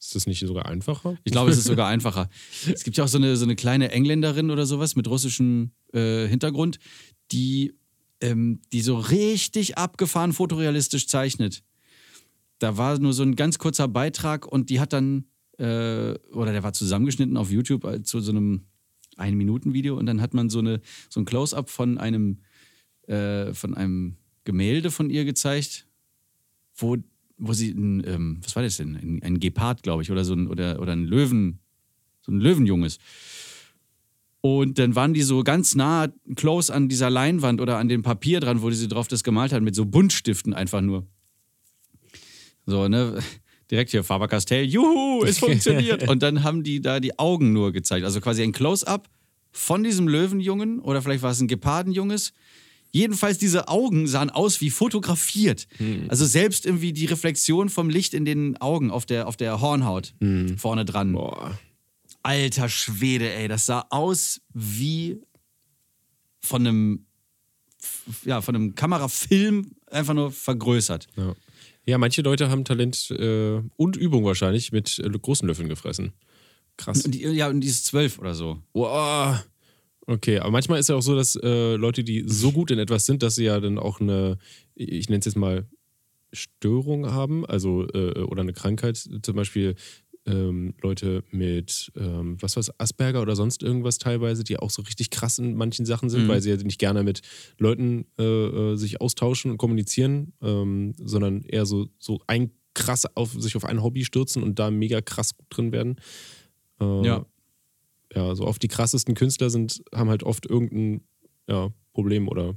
Speaker 1: ist das nicht sogar einfacher?
Speaker 3: Ich glaube, es ist sogar einfacher. Es gibt ja auch so eine, so eine kleine Engländerin oder sowas mit russischem äh, Hintergrund, die, ähm, die so richtig abgefahren fotorealistisch zeichnet. Da war nur so ein ganz kurzer Beitrag und die hat dann, äh, oder der war zusammengeschnitten auf YouTube äh, zu so einem Ein-Minuten-Video und dann hat man so, eine, so ein Close-up von einem, äh, von einem Gemälde von ihr gezeigt, wo, wo sie, ein, ähm, was war das denn? Ein, ein Gepard, glaube ich, oder so ein, oder, oder ein Löwen, so ein Löwenjunges. Und dann waren die so ganz nah, close an dieser Leinwand oder an dem Papier dran, wo die sie drauf das gemalt haben, mit so Buntstiften einfach nur. So, ne? Direkt hier, Faber-Castell, juhu, es funktioniert. Und dann haben die da die Augen nur gezeigt. Also quasi ein Close-up von diesem Löwenjungen oder vielleicht war es ein Gepardenjunges. Jedenfalls diese Augen sahen aus wie fotografiert. Also selbst irgendwie die Reflexion vom Licht in den Augen auf der, auf der Hornhaut vorne dran.
Speaker 1: Boah.
Speaker 3: Alter Schwede, ey, das sah aus wie von einem ja, von einem Kamerafilm einfach nur vergrößert.
Speaker 1: Ja. ja, manche Leute haben Talent äh, und Übung wahrscheinlich mit äh, großen Löffeln gefressen. Krass.
Speaker 3: Und die, ja, und die ist zwölf oder so.
Speaker 1: Wow. Okay, aber manchmal ist ja auch so, dass äh, Leute, die so gut in etwas sind, dass sie ja dann auch eine, ich nenne es jetzt mal Störung haben, also äh, oder eine Krankheit, zum Beispiel ähm, Leute mit, ähm, was weiß Asperger oder sonst irgendwas teilweise, die auch so richtig krass in manchen Sachen sind,
Speaker 3: Mhm.
Speaker 1: weil sie ja nicht gerne mit Leuten äh, äh, sich austauschen und kommunizieren, ähm, sondern eher so, so ein krass auf sich auf ein Hobby stürzen und da mega krass gut drin werden. Äh,
Speaker 3: Ja.
Speaker 1: ja, so oft die krassesten Künstler sind, haben halt oft irgendein ja, Problem oder.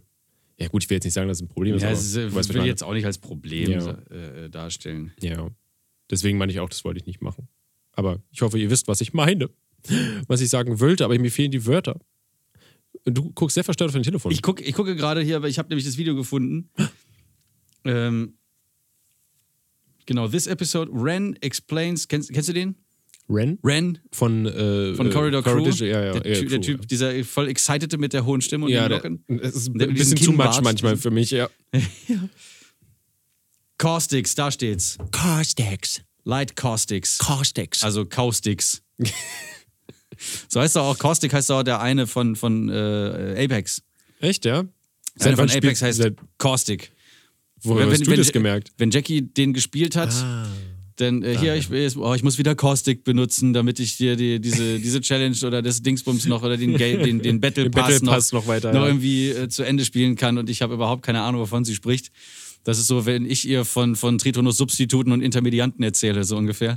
Speaker 1: Ja, gut, ich will jetzt nicht sagen, dass es ein Problem ist.
Speaker 3: Ja,
Speaker 1: aber
Speaker 3: es ist,
Speaker 1: du
Speaker 3: äh,
Speaker 1: weißt, was ich
Speaker 3: will
Speaker 1: meine.
Speaker 3: jetzt auch nicht als Problem
Speaker 1: Ja.
Speaker 3: so, äh, äh, darstellen.
Speaker 1: Ja. Deswegen meine ich auch, das wollte ich nicht machen. Aber ich hoffe, ihr wisst, was ich meine. Was ich sagen wollte, aber mir fehlen die Wörter. Du guckst sehr verstört auf dein Telefon.
Speaker 3: Ich, guck, ich gucke gerade hier, aber ich habe nämlich das Video gefunden. ähm, genau, this episode, Ren explains, kennst, kennst du den?
Speaker 1: Ren?
Speaker 3: Ren
Speaker 1: Von, äh,
Speaker 3: von
Speaker 1: äh,
Speaker 3: Corridor Crew.
Speaker 1: Crew. Ja, ja,
Speaker 3: der,
Speaker 1: ja,
Speaker 3: Ty- der
Speaker 1: Crew,
Speaker 3: Typ, dieser voll excitete mit der hohen Stimme und
Speaker 1: Ja,
Speaker 3: ja,
Speaker 1: ja
Speaker 3: den
Speaker 1: der,
Speaker 3: Locken.
Speaker 1: es ist ein
Speaker 3: Der- mit diesem
Speaker 1: bisschen too much
Speaker 3: Kinnbart.
Speaker 1: manchmal für mich. Ja.
Speaker 3: Caustics, da steht's. Caustics. Light Caustics. Caustics. Also Caustics. so heißt er auch, Caustic heißt er auch der eine von, von äh, Apex.
Speaker 1: Echt, ja?
Speaker 3: Der eine von
Speaker 1: spielt-
Speaker 3: Apex heißt
Speaker 1: seit,
Speaker 3: Caustic.
Speaker 1: woher hast du das gemerkt? Ah.
Speaker 3: Wenn Jackie den gespielt hat, dann äh, hier, ich, oh, ich muss wieder Caustic benutzen, damit ich dir die, diese, diese Challenge oder das Dingsbums noch oder den, Ga- den, den Battle
Speaker 1: Den
Speaker 3: Pass,
Speaker 1: Battle
Speaker 3: noch,
Speaker 1: Pass noch weiter,
Speaker 3: noch
Speaker 1: ja.
Speaker 3: irgendwie äh, zu Ende spielen kann und ich habe überhaupt keine Ahnung, wovon sie spricht. Das ist so, wenn ich ihr von, von Tritonus-Substituten und Intermedianten erzähle, so ungefähr.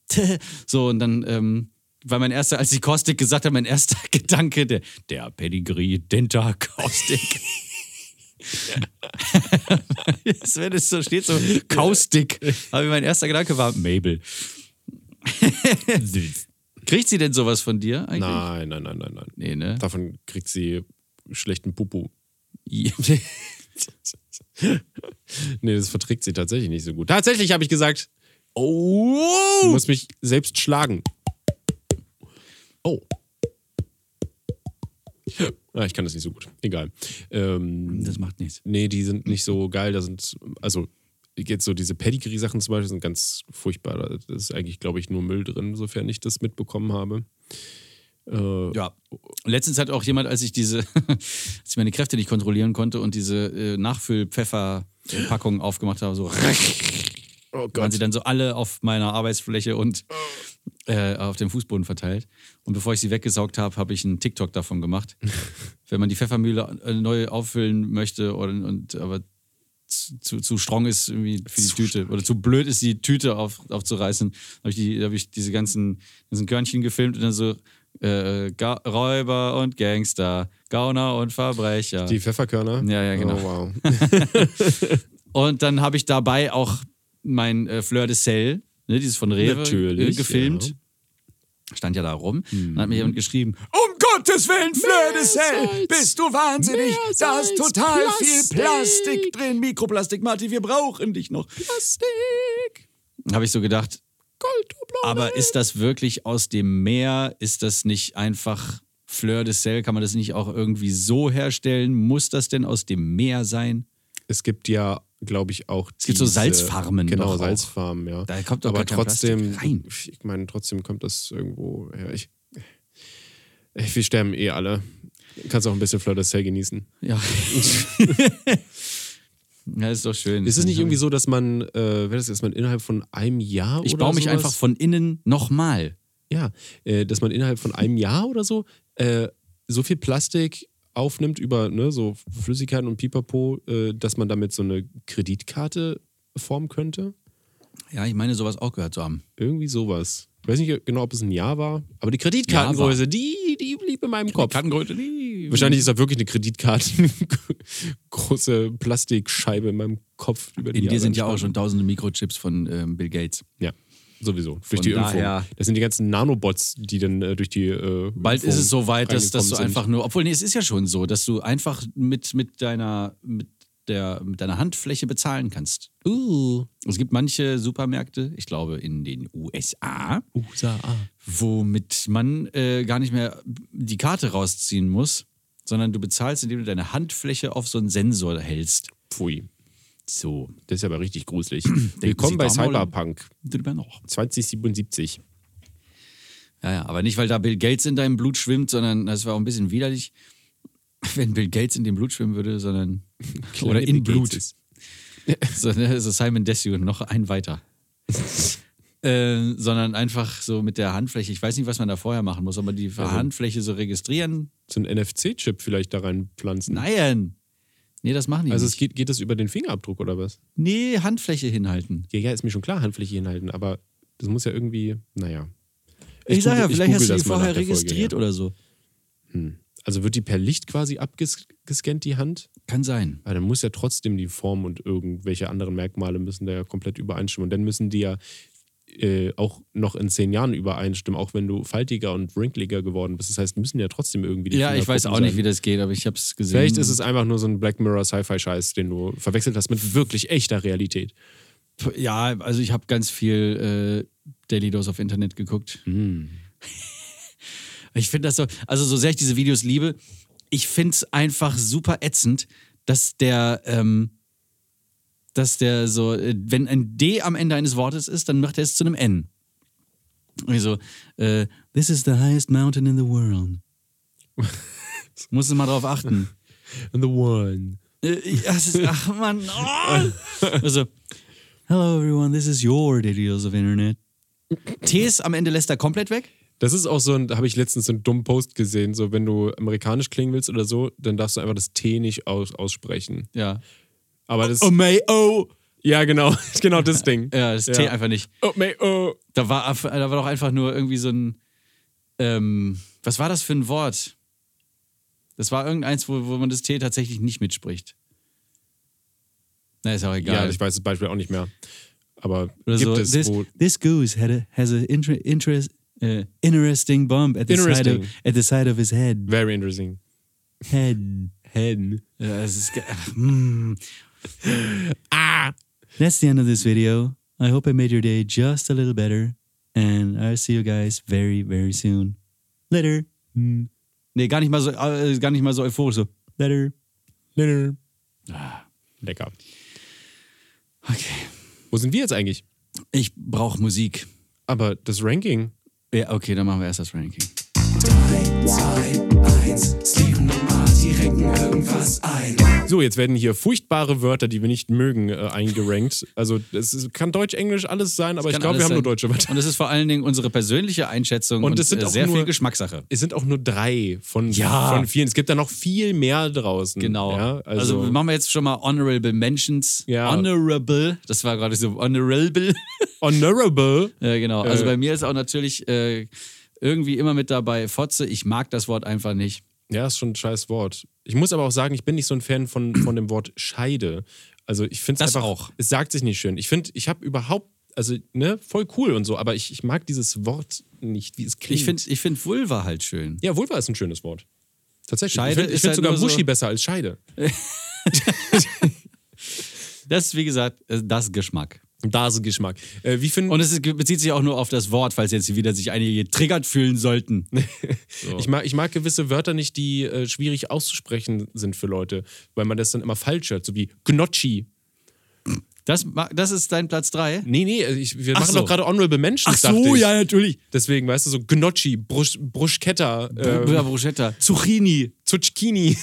Speaker 3: so, und dann, ähm, weil mein erster, als ich Caustic gesagt habe, mein erster Gedanke, der, der Pedigree Denta Caustic. Das, wenn es so steht, so Kaustik. Aber mein erster Gedanke war, Mabel. Kriegt sie denn sowas von dir eigentlich?
Speaker 1: Nein, nein, nein, nein, nein.
Speaker 3: Nee, ne?
Speaker 1: Davon kriegt sie schlechten Pupu. Nee, das verträgt sie tatsächlich nicht so gut. Tatsächlich habe ich gesagt,
Speaker 3: oh!
Speaker 1: Du musst mich selbst schlagen. Oh. Ah, ich kann das nicht so gut. Egal. Ähm,
Speaker 3: Das macht nichts.
Speaker 1: nee, die sind nicht so geil. Da sind, also jetzt so diese Pedigree-Sachen zum Beispiel sind ganz furchtbar. Da ist eigentlich, glaube ich, nur Müll drin, sofern ich das mitbekommen habe. Äh,
Speaker 3: Ja. Letztens hat auch jemand, als ich diese, als ich meine Kräfte nicht kontrollieren konnte und diese äh, Nachfüllpfeffer-Packung aufgemacht habe, so
Speaker 1: oh
Speaker 3: waren sie dann so alle auf meiner Arbeitsfläche und äh, auf dem Fußboden verteilt. Und bevor ich sie weggesaugt habe, habe ich einen TikTok davon gemacht. Wenn man die Pfeffermühle äh, neu auffüllen möchte und, und aber zu, zu, zu strong ist irgendwie für die Tüte oder zu blöd ist, die Tüte auf, aufzureißen, habe ich, die, hab ich diese ganzen, ganzen Körnchen gefilmt und dann so äh, Ga Räuber und Gangster, Gauner und Verbrecher.
Speaker 1: Die Pfefferkörner.
Speaker 3: Ja, ja,
Speaker 1: Oh,
Speaker 3: genau.
Speaker 1: wow.
Speaker 3: Und dann habe ich dabei auch mein äh, Fleur de Sel, ne, dieses von Rewe,
Speaker 1: Natürlich,
Speaker 3: äh, gefilmt.
Speaker 1: ja.
Speaker 3: Stand ja da rum. Dann hat mir jemand geschrieben: Um Gottes Willen, Fleur de Sel, bist du wahnsinnig? Da ist total viel Plastik drin. Mikroplastik, Martin, wir brauchen dich noch. Plastik. Habe ich so gedacht:
Speaker 1: Oh
Speaker 3: Aber ist das wirklich aus dem Meer? Ist das nicht einfach Fleur de Sel? Kann man das nicht auch irgendwie so herstellen? Muss das denn aus dem Meer sein?
Speaker 1: Es gibt ja, glaube ich, auch. Es
Speaker 3: gibt so Salzfarmen doch
Speaker 1: Genau,
Speaker 3: auch.
Speaker 1: Salzfarmen, ja.
Speaker 3: Da kommt doch
Speaker 1: Aber
Speaker 3: gar kein
Speaker 1: trotzdem,
Speaker 3: Plastik rein.
Speaker 1: ich meine, trotzdem kommt das irgendwo her. Ich, ich, wir sterben eh alle. Kannst auch ein bisschen Fleur de Sel genießen.
Speaker 3: Ja. ja, ist doch schön.
Speaker 1: Ist es nicht irgendwie so, dass man, äh, wäre das, dass man innerhalb von einem Jahr
Speaker 3: Ich
Speaker 1: oder
Speaker 3: baue mich
Speaker 1: sowas,
Speaker 3: einfach von innen nochmal.
Speaker 1: ja, äh, dass man innerhalb von einem Jahr oder so äh, so viel Plastik aufnimmt über ne, so Flüssigkeiten und Pipapo, äh, dass man damit so eine Kreditkarte formen könnte?
Speaker 3: Ja, ich meine, sowas auch gehört zu haben.
Speaker 1: Irgendwie sowas. Ich weiß nicht genau, ob es ein Jahr war, aber die Kreditkartengröße, die, die blieb in meinem Kopf.
Speaker 3: Kartengröße, die.
Speaker 1: Wahrscheinlich ist da wirklich eine Kreditkarte, große Plastikscheibe in meinem Kopf. Über die
Speaker 3: In dir
Speaker 1: Jahre
Speaker 3: sind ja auch
Speaker 1: entstanden.
Speaker 3: schon tausende Mikrochips von ähm, Bill Gates.
Speaker 1: Ja, sowieso. Durch die
Speaker 3: daher-
Speaker 1: Impfung. Das sind die ganzen Nanobots, die dann äh, durch die. Äh,
Speaker 3: Bald ist
Speaker 1: Impfung
Speaker 3: es so weit, dass, dass du
Speaker 1: reingekommen
Speaker 3: einfach nur, obwohl, nee, es ist ja schon so, dass du einfach mit, mit, deiner, mit, der, mit deiner Handfläche bezahlen kannst. Uh. Es gibt manche Supermärkte, ich glaube in den USA,
Speaker 1: sind. USA.
Speaker 3: womit man äh, gar nicht mehr die Karte rausziehen muss, sondern du bezahlst, indem du deine Handfläche auf so einen Sensor hältst.
Speaker 1: Pfui.
Speaker 3: So,
Speaker 1: Das ist aber richtig gruselig. Willkommen
Speaker 3: Sie
Speaker 1: bei
Speaker 3: da mal-
Speaker 1: Cyberpunk
Speaker 3: drüber noch.
Speaker 1: 2077.
Speaker 3: Ja, ja, aber nicht, weil da Bill Gates in deinem Blut schwimmt, sondern das wäre auch ein bisschen widerlich, wenn Bill Gates in dem Blut schwimmen würde, sondern.
Speaker 1: Kleine
Speaker 3: oder in
Speaker 1: Bill
Speaker 3: Blut.
Speaker 1: Gateses.
Speaker 3: so, ne, so Simon Desue, noch ein weiter. äh, sondern einfach so mit der Handfläche. Ich weiß nicht, was man da vorher machen muss, aber die
Speaker 1: Also
Speaker 3: Handfläche so registrieren.
Speaker 1: So ein NFC-Chip vielleicht da reinpflanzen.
Speaker 3: Nein! Nee, das machen die
Speaker 1: Also
Speaker 3: nicht.
Speaker 1: es geht, geht das über den Fingerabdruck oder was?
Speaker 3: nee, Handfläche hinhalten.
Speaker 1: Ja, ja, ist mir schon klar, Handfläche hinhalten, aber das muss ja irgendwie, naja.
Speaker 3: Ich, sag ja,
Speaker 1: google- ich
Speaker 3: vielleicht
Speaker 1: google
Speaker 3: hast du
Speaker 1: das
Speaker 3: die
Speaker 1: mal nach der
Speaker 3: vorher
Speaker 1: Folge,
Speaker 3: registriert
Speaker 1: ja.
Speaker 3: oder so.
Speaker 1: Also wird die per Licht quasi abgescannt, die Hand?
Speaker 3: Kann sein.
Speaker 1: Aber dann muss ja trotzdem die Form und irgendwelche anderen Merkmale müssen da ja komplett übereinstimmen. Und dann müssen die ja äh, auch noch in zehn Jahren übereinstimmen, auch wenn du faltiger und wrinkliger geworden bist. Das heißt, müssen ja trotzdem irgendwie die
Speaker 3: Ja, ich weiß
Speaker 1: Fingerkuppen
Speaker 3: auch nicht,
Speaker 1: sein.
Speaker 3: wie das geht, aber ich hab's gesehen.
Speaker 1: Vielleicht ist es einfach nur so ein Black Mirror Sci-Fi-Scheiß, den du verwechselt hast mit wirklich echter Realität.
Speaker 3: Ja, also ich habe ganz viel äh, Daily Dose auf Internet geguckt. Ich finde das so, also so sehr ich diese Videos liebe, ich finde es einfach super ätzend, dass der, ähm, dass der so, äh, wenn ein D am Ende eines Wortes ist, dann macht er es zu einem N. Also, äh, this is the highest mountain in the world. Muss mal drauf achten.
Speaker 1: The One.
Speaker 3: Äh, Das ist, ach man. Oh. Also, hello everyone, this is your videos of Internet. T's am Ende lässt er komplett weg.
Speaker 1: Das ist auch so ein, da habe ich letztens so einen dummen Post gesehen, so wenn du amerikanisch klingen willst oder so, dann darfst du einfach das T nicht aus, aussprechen.
Speaker 3: Ja.
Speaker 1: Aber das.
Speaker 3: Oh, may, oh.
Speaker 1: Ja, genau. Genau das Ding.
Speaker 3: Ja, das T einfach nicht.
Speaker 1: Oh, mei, oh.
Speaker 3: Da war, aff- da war doch einfach nur irgendwie so ein. Ähm, was war das für ein Wort? Das war irgendeins, wo, wo man das T tatsächlich nicht mitspricht. Na, ist auch
Speaker 1: Ja,
Speaker 3: egal.
Speaker 1: ich weiß das Beispiel auch nicht mehr. Aber
Speaker 3: Oder
Speaker 1: gibt
Speaker 3: so,
Speaker 1: es
Speaker 3: this,
Speaker 1: wo.
Speaker 3: this goose had a, has an inter interest, äh, interesting bump at the, side of,
Speaker 1: Interesting.
Speaker 3: at the side of his head.
Speaker 1: Very interesting.
Speaker 3: Head.
Speaker 1: Hen.
Speaker 3: Ja, es ist. ge- Ach, mm. ah. That's the end of this video. I hope I made your day just a little better. And I'll see you guys very, very soon. Later. Mm. Nee, gar nicht mal so, äh, gar nicht mal so euphorisch. So. Later.
Speaker 1: Lecker.
Speaker 3: Okay.
Speaker 1: Wo sind wir jetzt eigentlich? Ah,
Speaker 3: Ich brauche Musik.
Speaker 1: Aber das Ranking.
Speaker 3: Ja, okay, dann machen wir erst das Ranking.
Speaker 1: So, jetzt werden hier furchtbare Wörter, die wir nicht mögen, äh, eingerankt. Also, es ist- kann Deutsch, Englisch, alles sein, aber ich
Speaker 3: Kann
Speaker 1: glaube, wir
Speaker 3: alles
Speaker 1: haben nur
Speaker 3: sein.
Speaker 1: deutsche Wörter.
Speaker 3: Und es ist vor allen Dingen unsere persönliche Einschätzung und,
Speaker 1: es sind
Speaker 3: äh,
Speaker 1: auch
Speaker 3: sehr
Speaker 1: nur-
Speaker 3: viel Geschmackssache.
Speaker 1: Es sind auch nur drei von,
Speaker 3: Ja.
Speaker 1: von vielen. Es gibt da noch viel mehr draußen.
Speaker 3: Genau.
Speaker 1: Ja,
Speaker 3: also,
Speaker 1: also,
Speaker 3: machen wir jetzt schon mal Honorable Mentions.
Speaker 1: Ja.
Speaker 3: Honorable. Das war gerade so Honorable.
Speaker 1: honorable.
Speaker 3: Ja, genau. Also
Speaker 1: Äh.
Speaker 3: bei mir ist auch natürlich äh, irgendwie immer mit dabei Fotze. Ich mag das Wort einfach nicht.
Speaker 1: Ja, ist schon ein scheiß Wort. Ich muss aber auch sagen, ich bin nicht so ein Fan von, von dem Wort Scheide. Also ich finde es
Speaker 3: Das
Speaker 1: einfach,
Speaker 3: auch.
Speaker 1: es sagt sich nicht schön. Ich finde, ich habe überhaupt, also ne, voll cool und so, aber ich, ich mag dieses Wort nicht, wie es klingt.
Speaker 3: Ich finde ich find Vulva halt schön.
Speaker 1: ja, Vulva ist ein schönes Wort. Tatsächlich.
Speaker 3: Scheide
Speaker 1: ich finde
Speaker 3: ist
Speaker 1: find
Speaker 3: halt
Speaker 1: sogar
Speaker 3: nur so-
Speaker 1: Muschi besser als Scheide.
Speaker 3: Das ist, wie gesagt, äh, das Geschmack.
Speaker 1: Dasengeschmack. Äh, wie finden
Speaker 3: Und es ist, bezieht sich auch nur auf das Wort, falls jetzt wieder sich einige getriggert fühlen sollten.
Speaker 1: Ich mag, ich mag gewisse Wörter nicht, die äh, schwierig auszusprechen sind für Leute, weil man das dann immer falsch hört, so wie Gnocchi.
Speaker 3: Das, ma- das ist dein Platz 3.
Speaker 1: Nee, nee, also ich, wir
Speaker 3: Ach
Speaker 1: machen
Speaker 3: so.
Speaker 1: doch gerade Honorable Mentions, dachte ich.
Speaker 3: natürlich.
Speaker 1: Deswegen, weißt du, so Gnocchi, Brusch, Bruschetta, äh,
Speaker 3: Oder Bruschetta.
Speaker 1: Zucchini, Zucchini.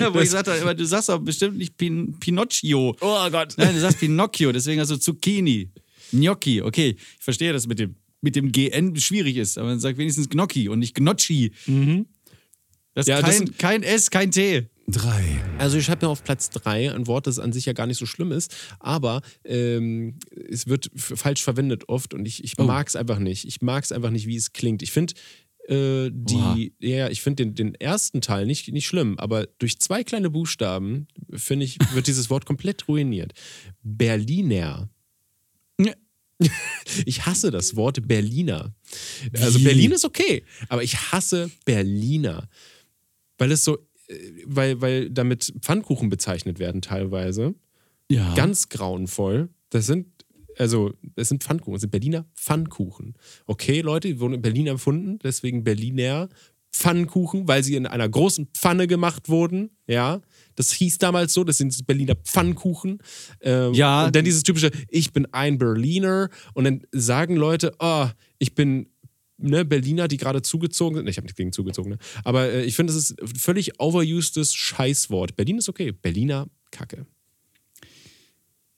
Speaker 3: Ja, wo ich sagte, aber du sagst doch bestimmt nicht Pin Pinocchio.
Speaker 1: Oh Gott.
Speaker 3: Nein, du sagst Pinocchio, deswegen hast du Zucchini. Gnocchi, okay. Ich verstehe, dass mit dem, mit dem GN schwierig ist, aber dann sag wenigstens Gnocchi und nicht Gnocchi. Das ist
Speaker 1: Mhm. Ja,
Speaker 3: kein,
Speaker 1: das
Speaker 3: kein S, kein T.
Speaker 1: Also ich habe mir auf Platz 3 ein Wort, das an sich ja gar nicht so schlimm ist, aber ähm, es wird f- falsch verwendet oft und ich, ich mag es einfach nicht. Ich mag es einfach nicht, wie es klingt. Ich finde äh,
Speaker 3: Oha.
Speaker 1: die, ja, ja, ich finde den, den ersten Teil nicht, nicht schlimm, aber durch zwei kleine Buchstaben, finde ich, wird dieses Wort komplett ruiniert. Berliner. Ich hasse das Wort Berliner. Also
Speaker 3: Wie?
Speaker 1: Berlin ist okay, aber ich hasse Berliner, weil es so, äh, weil, weil damit Pfannkuchen bezeichnet werden teilweise.
Speaker 3: Ja.
Speaker 1: Ganz grauenvoll. Das sind, also es sind Pfannkuchen, es sind Berliner Pfannkuchen. Okay, Leute, die wurden in Berlin erfunden, deswegen Berliner Pfannkuchen, weil sie in einer großen Pfanne gemacht wurden. Ja, das hieß damals so, das sind diese Berliner Pfannkuchen. Ähm,
Speaker 3: Ja.
Speaker 1: Und dann dieses typische, ich bin ein Berliner. Und dann sagen Leute, oh, ich bin ne, Berliner, die gerade zugezogen sind. Ne, ich habe nichts gegen zugezogen, ne? aber äh, ich finde, das ist ein völlig overusedes Scheißwort. Berlin ist okay, Berliner Kacke.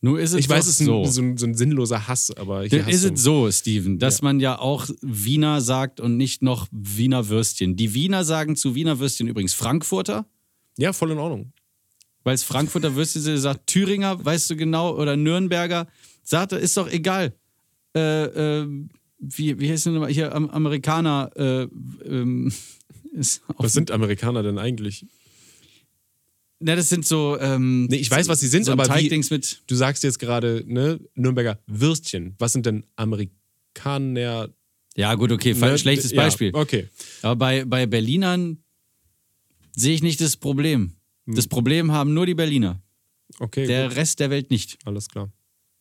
Speaker 3: Nur ist es
Speaker 1: Ich weiß,
Speaker 3: doch
Speaker 1: es ist
Speaker 3: so.
Speaker 1: ein, so, ein, so ein sinnloser Hass, aber hier
Speaker 3: Dann
Speaker 1: hast
Speaker 3: ist
Speaker 1: du-
Speaker 3: es so, Steven, dass man ja auch Wiener sagt und nicht noch Wiener Würstchen. Die Wiener sagen zu Wiener Würstchen übrigens Frankfurter,
Speaker 1: Ja, voll in Ordnung.
Speaker 3: weil es Frankfurter Würstchen sind, sagt Thüringer, weißt du genau, oder Nürnberger. Sagt, er, ist doch egal. Äh, äh, wie, wie heißt denn nochmal hier Am Amerikaner? Äh, ähm, ist auch,
Speaker 1: Was sind Amerikaner denn eigentlich?
Speaker 3: na, ne, das sind so. Ähm,
Speaker 1: Nee, ich weiß, was sie sind,
Speaker 3: so ein
Speaker 1: aber wie-
Speaker 3: Teigdings mit.
Speaker 1: Du sagst jetzt gerade, ne, Nürnberger Würstchen. Was sind denn Amerikaner?
Speaker 3: Ja, gut, okay,
Speaker 1: Ne?
Speaker 3: ne, schlechtes
Speaker 1: Ja,
Speaker 3: Beispiel.
Speaker 1: Okay.
Speaker 3: Aber bei, bei Berlinern sehe ich nicht das Problem. Das Problem haben nur die Berliner.
Speaker 1: Hm. Okay, gut,
Speaker 3: Der Rest der Welt nicht.
Speaker 1: alles klar.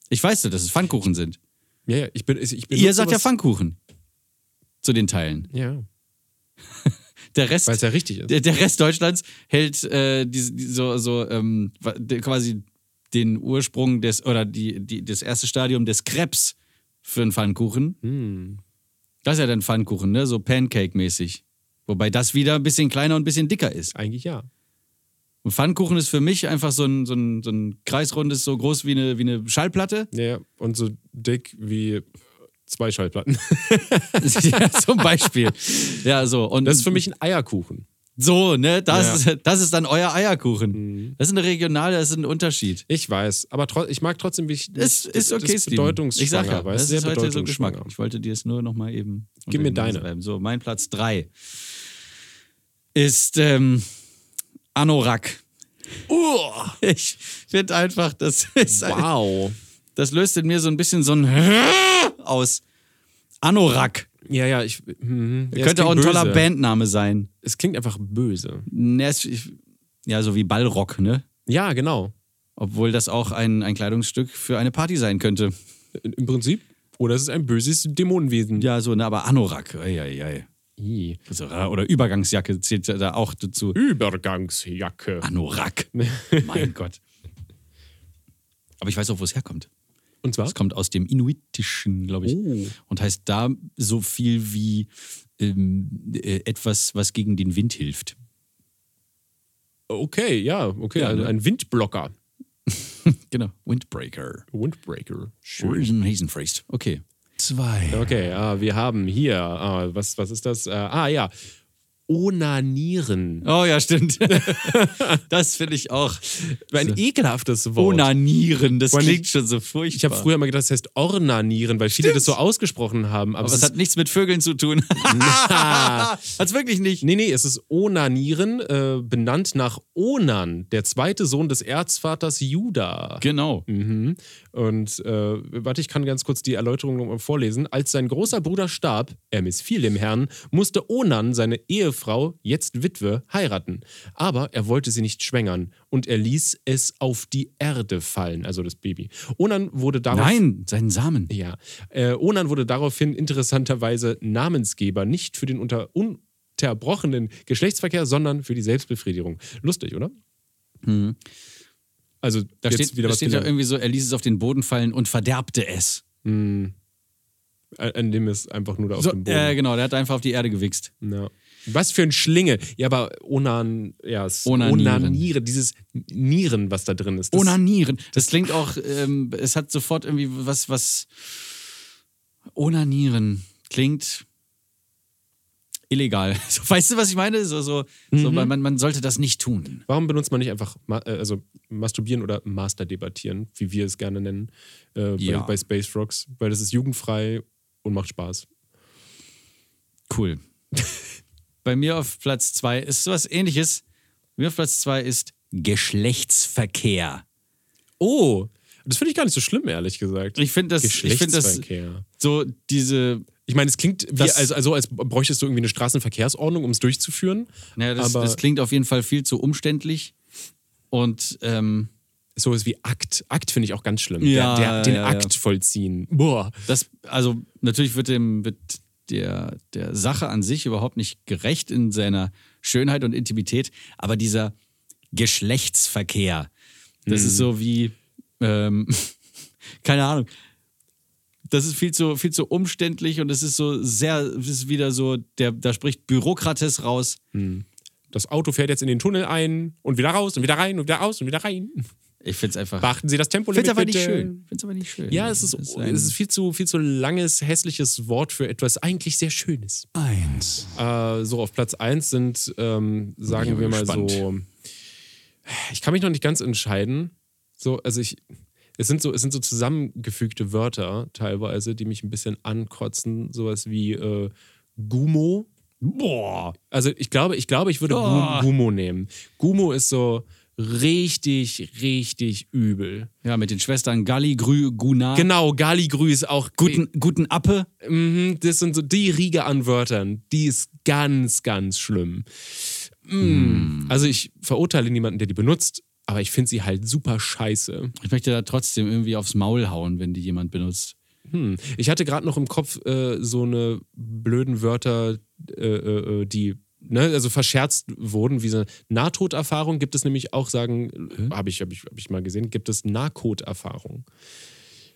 Speaker 3: Ich weiß ja, dass es Pfannkuchen sind.
Speaker 1: Ja, ja, ich bin, ich ich benutze
Speaker 3: Ihr sagt ja
Speaker 1: was-
Speaker 3: Pfannkuchen. Zu den Teilen.
Speaker 1: Ja,
Speaker 3: Der
Speaker 1: weil es
Speaker 3: Rest,
Speaker 1: ja richtig ist.
Speaker 3: der, der Rest Deutschlands hält äh, die, die, so, so ähm, wa- de- quasi den Ursprung des, oder die, die, das erste Stadium des Krebs für einen Pfannkuchen.
Speaker 1: Hm.
Speaker 3: Das ist ja dann Pfannkuchen, ne? So Pancake-mäßig. Wobei das wieder ein bisschen kleiner und ein bisschen dicker ist.
Speaker 1: Eigentlich ja.
Speaker 3: Und Pfannkuchen ist für mich einfach so ein, so ein, so ein kreisrundes, so groß wie eine, wie eine Schallplatte.
Speaker 1: ja. Ja, und so dick wie zwei Schallplatten.
Speaker 3: ja, zum Beispiel. Ja, so. Und
Speaker 1: Das ist für mich ein Eierkuchen.
Speaker 3: So, ne? Das,
Speaker 1: Ja. Mhm.
Speaker 3: ist, das ist dann euer Eierkuchen. Das ist eine regionale, das ist ein Unterschied.
Speaker 1: Ich weiß, aber tro ich mag trotzdem, wie ich.
Speaker 3: Das ist okay,
Speaker 1: das
Speaker 3: Steven.
Speaker 1: bedeutungsschwanger,
Speaker 3: Ich sag ja,
Speaker 1: weißt
Speaker 3: das
Speaker 1: du,
Speaker 3: ist
Speaker 1: sehr
Speaker 3: heute so Geschmack.
Speaker 1: bedeutungsschwanger.
Speaker 3: Ich wollte dir es nur nochmal eben.
Speaker 1: Gib
Speaker 3: unter
Speaker 1: mir
Speaker 3: die Nase
Speaker 1: deine.
Speaker 3: reiben. So, mein Platz 3 ist ähm, Anorak. Ich finde einfach, das ist ein-
Speaker 1: Wow.
Speaker 3: das löst in mir so ein bisschen so ein aus. Anorak.
Speaker 1: Ja, ja, ich. mhm. Ja, es
Speaker 3: Könnte
Speaker 1: klingt
Speaker 3: auch ein toller
Speaker 1: böse.
Speaker 3: Bandname sein.
Speaker 1: Es klingt einfach böse.
Speaker 3: Ne, es- ich- Ja, so wie Ballrock, ne?
Speaker 1: Ja, genau.
Speaker 3: Obwohl das auch ein, ein Kleidungsstück für eine Party sein könnte.
Speaker 1: Im Prinzip. Oder es ist ein böses Dämonenwesen.
Speaker 3: Ja, so, ne, aber Anorak. Ei, ei, ei.
Speaker 1: I.
Speaker 3: Also, ra- oder Übergangsjacke zählt ja da auch dazu.
Speaker 1: Übergangsjacke.
Speaker 3: Anorak. mein Gott. Aber ich weiß auch, wo es herkommt.
Speaker 1: Und zwar?
Speaker 3: Es kommt aus dem Inuitischen, glaube ich.
Speaker 1: Oh.
Speaker 3: Und heißt da so viel wie ähm, äh, etwas, was gegen den Wind hilft.
Speaker 1: Okay, ja, okay.
Speaker 3: Ja,
Speaker 1: ein,
Speaker 3: ne?
Speaker 1: ein Windblocker.
Speaker 3: Genau. Windbreaker.
Speaker 1: Windbreaker. Schön.
Speaker 3: Riesen Hasenfreest. Okay. Zwei.
Speaker 1: Okay, ah, wir haben hier, ah, was, was ist das? Ah, ah, ja. Onanieren.
Speaker 3: Oh ja, stimmt. das finde ich auch.
Speaker 1: Ein ekelhaftes Wort.
Speaker 3: Onanieren, das
Speaker 1: Vor allem-
Speaker 3: klingt schon so furchtbar.
Speaker 1: Ich habe früher immer gedacht, das heißt Ornanieren, weil viele das so ausgesprochen haben. Aber,
Speaker 3: Aber
Speaker 1: es
Speaker 3: es
Speaker 1: ist,
Speaker 3: hat nichts mit Vögeln zu tun. Hat's wirklich nicht.
Speaker 1: nee, nee, es ist Onanieren, äh, benannt nach Onan, der zweite Sohn des Erzvaters Juda.
Speaker 3: Genau.
Speaker 1: Mhm. Und äh, warte, ich kann ganz kurz die Erläuterung nochmal vorlesen. Als sein großer Bruder starb, er missfiel dem Herrn, musste Onan seine Ehefrau, jetzt Witwe, heiraten. Aber er wollte sie nicht schwängern und er ließ es auf die Erde fallen, also das Baby. Onan wurde darauf
Speaker 3: Nein, seinen Samen.
Speaker 1: ja. Äh, Onan wurde daraufhin interessanterweise Namensgeber, nicht für den unter unterbrochenen Geschlechtsverkehr, sondern für die Selbstbefriedigung. Lustig, oder? Also
Speaker 3: Mhm. Da
Speaker 1: jetzt
Speaker 3: steht,
Speaker 1: wieder
Speaker 3: da
Speaker 1: was
Speaker 3: steht ja
Speaker 1: gelernt.
Speaker 3: irgendwie so, er ließ es auf den Boden fallen und verderbte es.
Speaker 1: An an dem ist einfach nur da auf
Speaker 3: So,
Speaker 1: dem Boden.
Speaker 3: äh, genau, der hat einfach auf die Erde gewichst.
Speaker 1: ja. Was für ein Schlinge. Ja, aber Onan, ja, es-
Speaker 3: Onanieren.
Speaker 1: Onanieren, dieses Nieren, was da drin ist. Das,
Speaker 3: Onanieren. Das klingt auch, ähm, es hat sofort irgendwie was, was. Onanieren klingt illegal. So, weißt du, was ich meine? So, so,
Speaker 1: Mhm.
Speaker 3: so man, man sollte das nicht tun.
Speaker 1: Warum benutzt man nicht einfach ma äh, also masturbieren oder Master debattieren, wie wir es gerne nennen, äh,
Speaker 3: Ja.
Speaker 1: bei, bei Space Rocks? Weil das ist jugendfrei und macht Spaß.
Speaker 3: Cool. Bei mir auf Platz zwei ist was ähnliches. Bei mir auf Platz zwei ist Geschlechtsverkehr.
Speaker 1: Oh, das finde ich gar nicht so schlimm, ehrlich gesagt.
Speaker 3: Ich finde das, ich finde das
Speaker 1: Geschlechtsverkehr.
Speaker 3: so diese,
Speaker 1: Ich meine, es klingt wie,
Speaker 3: Das-
Speaker 1: also, also, als bräuchtest du irgendwie eine Straßenverkehrsordnung, um es durchzuführen.
Speaker 3: naja, das,
Speaker 1: aber
Speaker 3: das klingt auf jeden Fall viel zu umständlich und ähm,
Speaker 1: sowas wie Akt. Akt finde ich auch ganz schlimm.
Speaker 3: Ja,
Speaker 1: der, der, den
Speaker 3: ja, ja.
Speaker 1: Akt vollziehen. Boah.
Speaker 3: das, also natürlich wird dem wird der, der Sache an sich überhaupt nicht gerecht in seiner Schönheit und Intimität, aber dieser Geschlechtsverkehr, das ist so wie, ähm, keine Ahnung, das ist viel zu, viel zu umständlich und es ist so sehr, es ist wieder so, der, da spricht Bürokrates raus.
Speaker 1: Das Auto fährt jetzt in den Tunnel ein und wieder raus und wieder rein und wieder raus und wieder rein.
Speaker 3: Ich find's einfach.
Speaker 1: Beachten Sie das Tempo.
Speaker 3: find's aber nicht schön. Find's aber nicht schön.
Speaker 1: Ja, es ist,
Speaker 3: Das ein-
Speaker 1: es ist viel, zu, viel zu langes, hässliches Wort für etwas eigentlich sehr Schönes.
Speaker 3: eins.
Speaker 1: Äh, so auf Platz 1 sind, ähm, sagen wir mal so, ich kann mich noch nicht ganz entscheiden. So, also ich, es sind so, es sind so zusammengefügte Wörter teilweise, die mich ein bisschen ankotzen. Sowas wie äh, Gumo. Boah. Ah. Also ich glaube, ich glaube, ich würde
Speaker 3: Boah.
Speaker 1: Gu- Gumo nehmen. Gumo ist so richtig, richtig übel.
Speaker 3: Ja, mit den Schwestern Galli, Grü, Guna.
Speaker 1: Genau, Galigrü ist auch
Speaker 3: Guten, guten Appe.
Speaker 1: Mhm, das sind so die Riege an Wörtern, die ist ganz, ganz schlimm. Mm. Also ich verurteile niemanden, der die benutzt, aber ich finde sie halt super scheiße.
Speaker 3: Ich möchte da trotzdem irgendwie aufs Maul hauen, wenn die jemand benutzt.
Speaker 1: Hm. Ich hatte gerade noch im Kopf äh, so eine blöden Wörter, äh, äh, äh, die ne, also verscherzt wurden, wie so eine Nahtoderfahrung gibt es nämlich auch, sagen, habe ich, hab ich, hab ich mal gesehen, gibt es Nahkoderfahrung.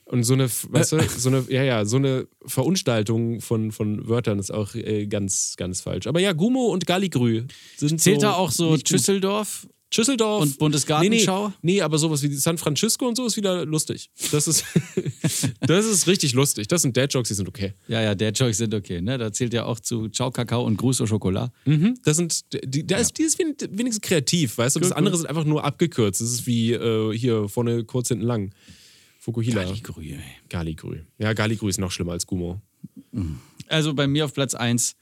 Speaker 1: Und so eine,
Speaker 3: Äh.
Speaker 1: weißt du, so eine, ja, ja, so eine Verunstaltung von, von Wörtern ist auch äh, ganz, ganz falsch. Aber ja, Gumo und Galligrü sind
Speaker 3: Zählt
Speaker 1: so
Speaker 3: da auch so
Speaker 1: nicht gut.
Speaker 3: Düsseldorf?
Speaker 1: Schüsseldorf
Speaker 3: Und Bundesgartenschau?
Speaker 1: Nee, nee, nee, aber sowas wie San Francisco und so ist wieder lustig. Das ist, das ist richtig lustig. Das sind Dad-Jokes, die sind okay.
Speaker 3: Ja, ja, der Jokes sind okay. Ne? Da zählt ja auch zu Ciao Kakao und Gruß au Schokolade.
Speaker 1: Mhm. Das sind, die, da ist, die ist wen- wenigstens kreativ, weißt du? Das andere sind einfach nur abgekürzt. Das ist wie äh, hier vorne kurz hinten lang. Fukuhila.
Speaker 3: Grühe. ey.
Speaker 1: Galigrü. Ja, Galigrü ist noch schlimmer als Gumo.
Speaker 3: Also bei mir auf Platz 1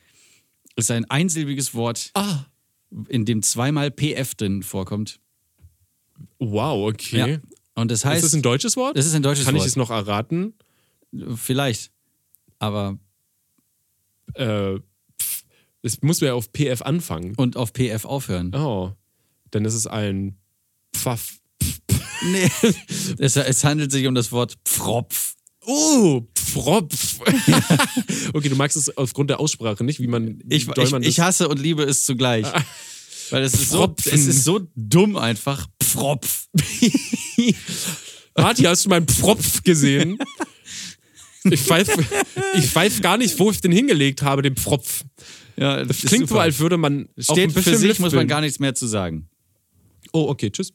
Speaker 3: ist ein einsilbiges Wort,
Speaker 1: Ah.
Speaker 3: in dem zweimal PF drin vorkommt.
Speaker 1: Wow, okay.
Speaker 3: Ja. Und das heißt,
Speaker 1: Ist das ein deutsches Wort?
Speaker 3: das ist ein deutsches
Speaker 1: Kann ich
Speaker 3: Wort.
Speaker 1: es noch erraten?
Speaker 3: Vielleicht. Aber
Speaker 1: Äh, pff, es muss ja auf PF anfangen.
Speaker 3: und auf PF aufhören.
Speaker 1: Oh. Dann ist es ein Pfaff.
Speaker 3: Nee. es, es handelt sich um das Wort Pfropf.
Speaker 1: Oh, Pfropf. okay, du magst es aufgrund der Aussprache nicht, wie man
Speaker 3: Ich,
Speaker 1: wie doll
Speaker 3: ich,
Speaker 1: man
Speaker 3: ich
Speaker 1: das- Ah.
Speaker 3: hasse und liebe es zugleich. Weil es ist, so,
Speaker 1: Pfropfen.
Speaker 3: es ist so dumm einfach. Pfropf.
Speaker 1: Marty, hast du meinen Pfropf gesehen? Ich pfeif, ich weiß gar nicht, wo ich den hingelegt habe, den Pfropf.
Speaker 3: ja, das
Speaker 1: Klingt so, als würde man auf
Speaker 3: Steht
Speaker 1: ein
Speaker 3: für
Speaker 1: bisschen
Speaker 3: sich, muss man
Speaker 1: lispeln.
Speaker 3: gar nichts mehr zu sagen.
Speaker 1: Oh, okay, tschüss.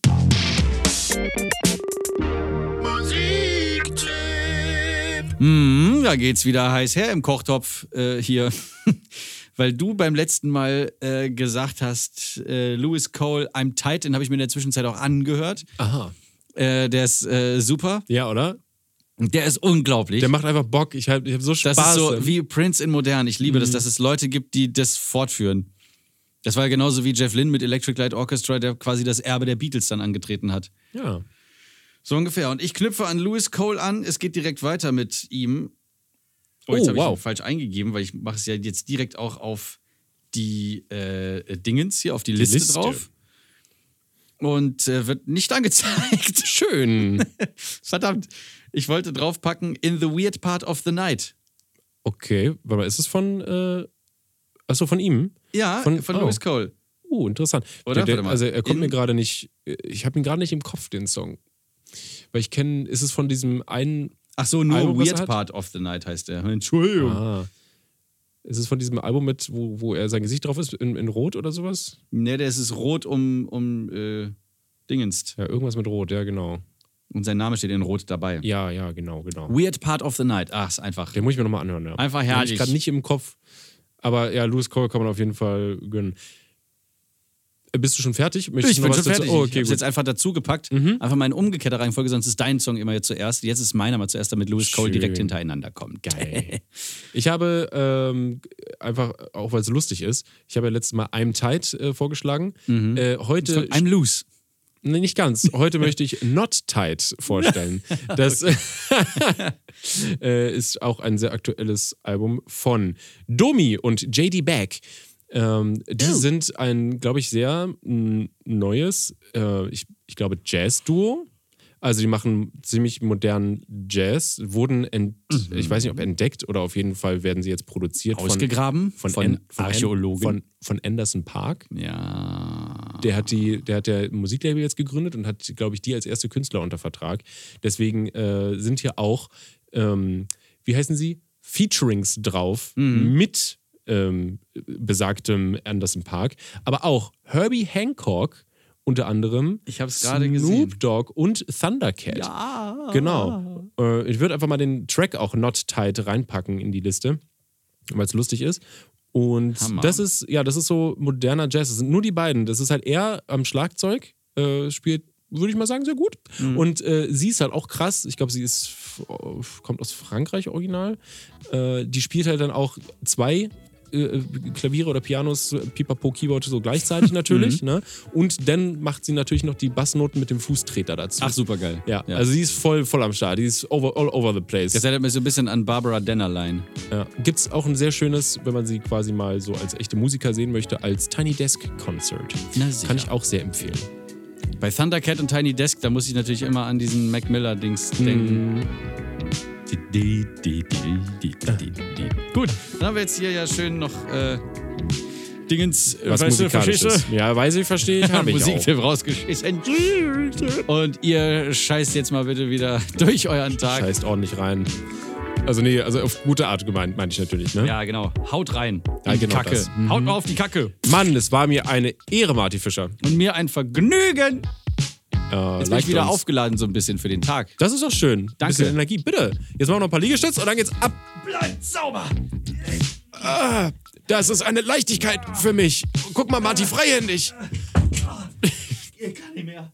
Speaker 3: Mhm, da geht's wieder heiß her im Kochtopf äh, hier. Weil du beim letzten Mal äh, gesagt hast, äh, Lewis Cole, I'm tight, den habe ich mir in der Zwischenzeit auch angehört.
Speaker 1: Aha.
Speaker 3: Äh, der ist äh, super.
Speaker 1: Ja, oder?
Speaker 3: Der ist unglaublich.
Speaker 1: Der macht einfach Bock. Ich habe ich hab so Spaß. Mhm.
Speaker 3: das ist so
Speaker 1: damit.
Speaker 3: wie Prince in Modern. Ich liebe das, dass es Leute gibt, die das fortführen. Das war ja genauso wie Jeff Lynne mit Electric Light Orchestra, der quasi das Erbe der Beatles dann angetreten hat.
Speaker 1: ja.
Speaker 3: So ungefähr. Und ich knüpfe an Lewis Cole an. Es geht direkt weiter mit ihm. Oh,
Speaker 1: Oh,
Speaker 3: jetzt habe ich
Speaker 1: wow.
Speaker 3: ihn falsch eingegeben, weil ich mache es ja jetzt direkt auch auf die äh, Dingens hier, auf die, Liste,
Speaker 1: Liste.
Speaker 3: drauf. Und äh, wird nicht angezeigt.
Speaker 1: Schön.
Speaker 3: Verdammt. Ich wollte draufpacken, in the weird part of the night.
Speaker 1: Okay, warte mal, ist es von. Äh, achso, von ihm?
Speaker 3: Ja, von,
Speaker 1: Von-
Speaker 3: von
Speaker 1: oh.
Speaker 3: Lewis Cole.
Speaker 1: Oh, interessant.
Speaker 3: Oder?
Speaker 1: Der,
Speaker 3: Warte
Speaker 1: der,
Speaker 3: mal.
Speaker 1: also er kommt
Speaker 3: In-
Speaker 1: mir gerade nicht, äh, ich habe ihn gerade nicht im Kopf, den Song. Weil ich kenne, ist es von diesem einen,
Speaker 3: Ach so, nur
Speaker 1: Album, was er
Speaker 3: weird
Speaker 1: hat?
Speaker 3: part of the night heißt er. Entschuldigung.
Speaker 1: ah, ist es von diesem Album mit, wo, wo er sein Gesicht drauf ist, in, in Rot oder sowas?
Speaker 3: Ne, der ist es rot um, um äh, Dingens.
Speaker 1: Ja, irgendwas mit Rot, ja, genau.
Speaker 3: Und sein Name steht in rot dabei.
Speaker 1: Ja, ja, genau, genau.
Speaker 3: Weird Part of the Night. Ach, ist einfach.
Speaker 1: Den muss ich mir nochmal anhören, ja.
Speaker 3: Einfach
Speaker 1: Den hab
Speaker 3: herrlich.
Speaker 1: Ich gerade nicht im Kopf. Aber ja, Louis Cole kann man auf jeden Fall gönnen. Äh, Bist du schon fertig? Möchtest
Speaker 3: Ich
Speaker 1: du noch
Speaker 3: bin
Speaker 1: was
Speaker 3: schon fertig.
Speaker 1: dazu- Oh,
Speaker 3: ich
Speaker 1: okay,
Speaker 3: hab's
Speaker 1: gut. Mhm.
Speaker 3: jetzt einfach dazu gepackt. Einfach mal in umgekehrter Reihenfolge, sonst ist dein Song immer jetzt zuerst. Jetzt ist meiner mal zuerst, damit Lewis Cole
Speaker 1: Schön.
Speaker 3: direkt hintereinander kommt. Geil.
Speaker 1: Ich habe ähm, einfach, auch weil es lustig ist, ich habe ja letztes Mal I'm Tight äh, vorgeschlagen.
Speaker 3: Mhm.
Speaker 1: Äh, heute
Speaker 3: I'm loose.
Speaker 1: Nee, nicht ganz. Heute möchte ich Not Tight vorstellen. Das äh, ist auch ein sehr aktuelles Album von Domi und JD Beck. Ähm, die sind ein, glaube ich, sehr mm, neues, äh, ich, ich glaube, Jazz-Duo. Also die machen ziemlich modernen Jazz, wurden, ent ich weiß nicht, ob entdeckt oder auf jeden Fall werden sie jetzt produziert von,
Speaker 3: Ausgegraben
Speaker 1: von,
Speaker 3: von
Speaker 1: An- von An-
Speaker 3: Archäologen.
Speaker 1: Von, von Anderson Park.
Speaker 3: ja.
Speaker 1: Der hat die, der hat der Musiklabel jetzt gegründet und hat, glaube ich, die als erste Künstler unter Vertrag. Deswegen äh, sind hier auch, ähm, wie heißen sie? Featurings drauf
Speaker 3: Mhm.
Speaker 1: mit ähm, besagtem Anderson Park, aber auch Herbie Hancock unter anderem.
Speaker 3: Ich hab's gerade gesehen.
Speaker 1: Snoop Dogg und Thundercat.
Speaker 3: Ja.
Speaker 1: Genau. Äh, ich würde einfach mal den Track auch Not Tied reinpacken in die Liste, weil es lustig ist. Und
Speaker 3: Hammer.
Speaker 1: das ist, ja, das ist so moderner Jazz. Das sind nur die beiden. Das ist halt er am Schlagzeug, äh, spielt, würde ich mal sagen, sehr gut. Und äh, sie ist halt auch krass. Ich glaube, sie ist, f- kommt aus Frankreich original. Äh, die spielt halt dann auch zwei äh, Klaviere oder Pianos, äh, Pipapo, Keyboard so gleichzeitig natürlich. ne? Und dann macht sie natürlich noch die Bassnoten mit dem Fußtreter dazu.
Speaker 3: Ach, super geil.
Speaker 1: Ja,
Speaker 3: ja.
Speaker 1: also sie ist voll, voll am Start. Die ist over, all over the place.
Speaker 3: das erinnert mich so ein bisschen an Barbara Dennerlein.
Speaker 1: Ja. Gibt es Äh, auch ein sehr schönes, wenn man sie quasi mal so als echte Musiker sehen möchte, als Tiny Desk Concert.
Speaker 3: Na, sicher.
Speaker 1: Kann ich auch sehr empfehlen.
Speaker 3: Bei Thundercat und Tiny Desk, da muss ich natürlich immer an diesen Mac Miller-Dings
Speaker 1: Hm.
Speaker 3: denken. Di, di, di, di, di, di, di, di. Gut, dann haben wir jetzt hier ja schön noch äh, Dingens, äh,
Speaker 1: Was
Speaker 3: weißt du,
Speaker 1: musikalisches.
Speaker 3: verstehst du?
Speaker 1: Ja, weiß ich, verstehe ich, habe ich auch.
Speaker 3: Musiktipp rausgeschickt. Und ihr scheißt jetzt mal bitte wieder durch euren Tag.
Speaker 1: Scheißt ordentlich rein. Also nee, also auf gute Art gemeint, meinte ich natürlich, ne?
Speaker 3: Ja, genau. Haut rein.
Speaker 1: Ja,
Speaker 3: die
Speaker 1: genau
Speaker 3: Kacke.
Speaker 1: das.
Speaker 3: Haut mal auf die Kacke.
Speaker 1: Mann, es war mir eine Ehre, Marty Fischer.
Speaker 3: Und mir ein
Speaker 1: Äh,
Speaker 3: Vergnügen. Jetzt bin ich
Speaker 1: liked
Speaker 3: wieder
Speaker 1: uns.
Speaker 3: aufgeladen so ein bisschen für den Tag.
Speaker 1: Das ist doch schön.
Speaker 3: Danke.
Speaker 1: Bisschen Energie, bitte. Jetzt machen wir noch ein paar Liegestütze und dann geht's ab. Ah,
Speaker 3: Bleibt sauber.
Speaker 1: Das ist eine Leichtigkeit für mich. Guck mal, Marty, freihändig.
Speaker 3: Ich kann nicht mehr.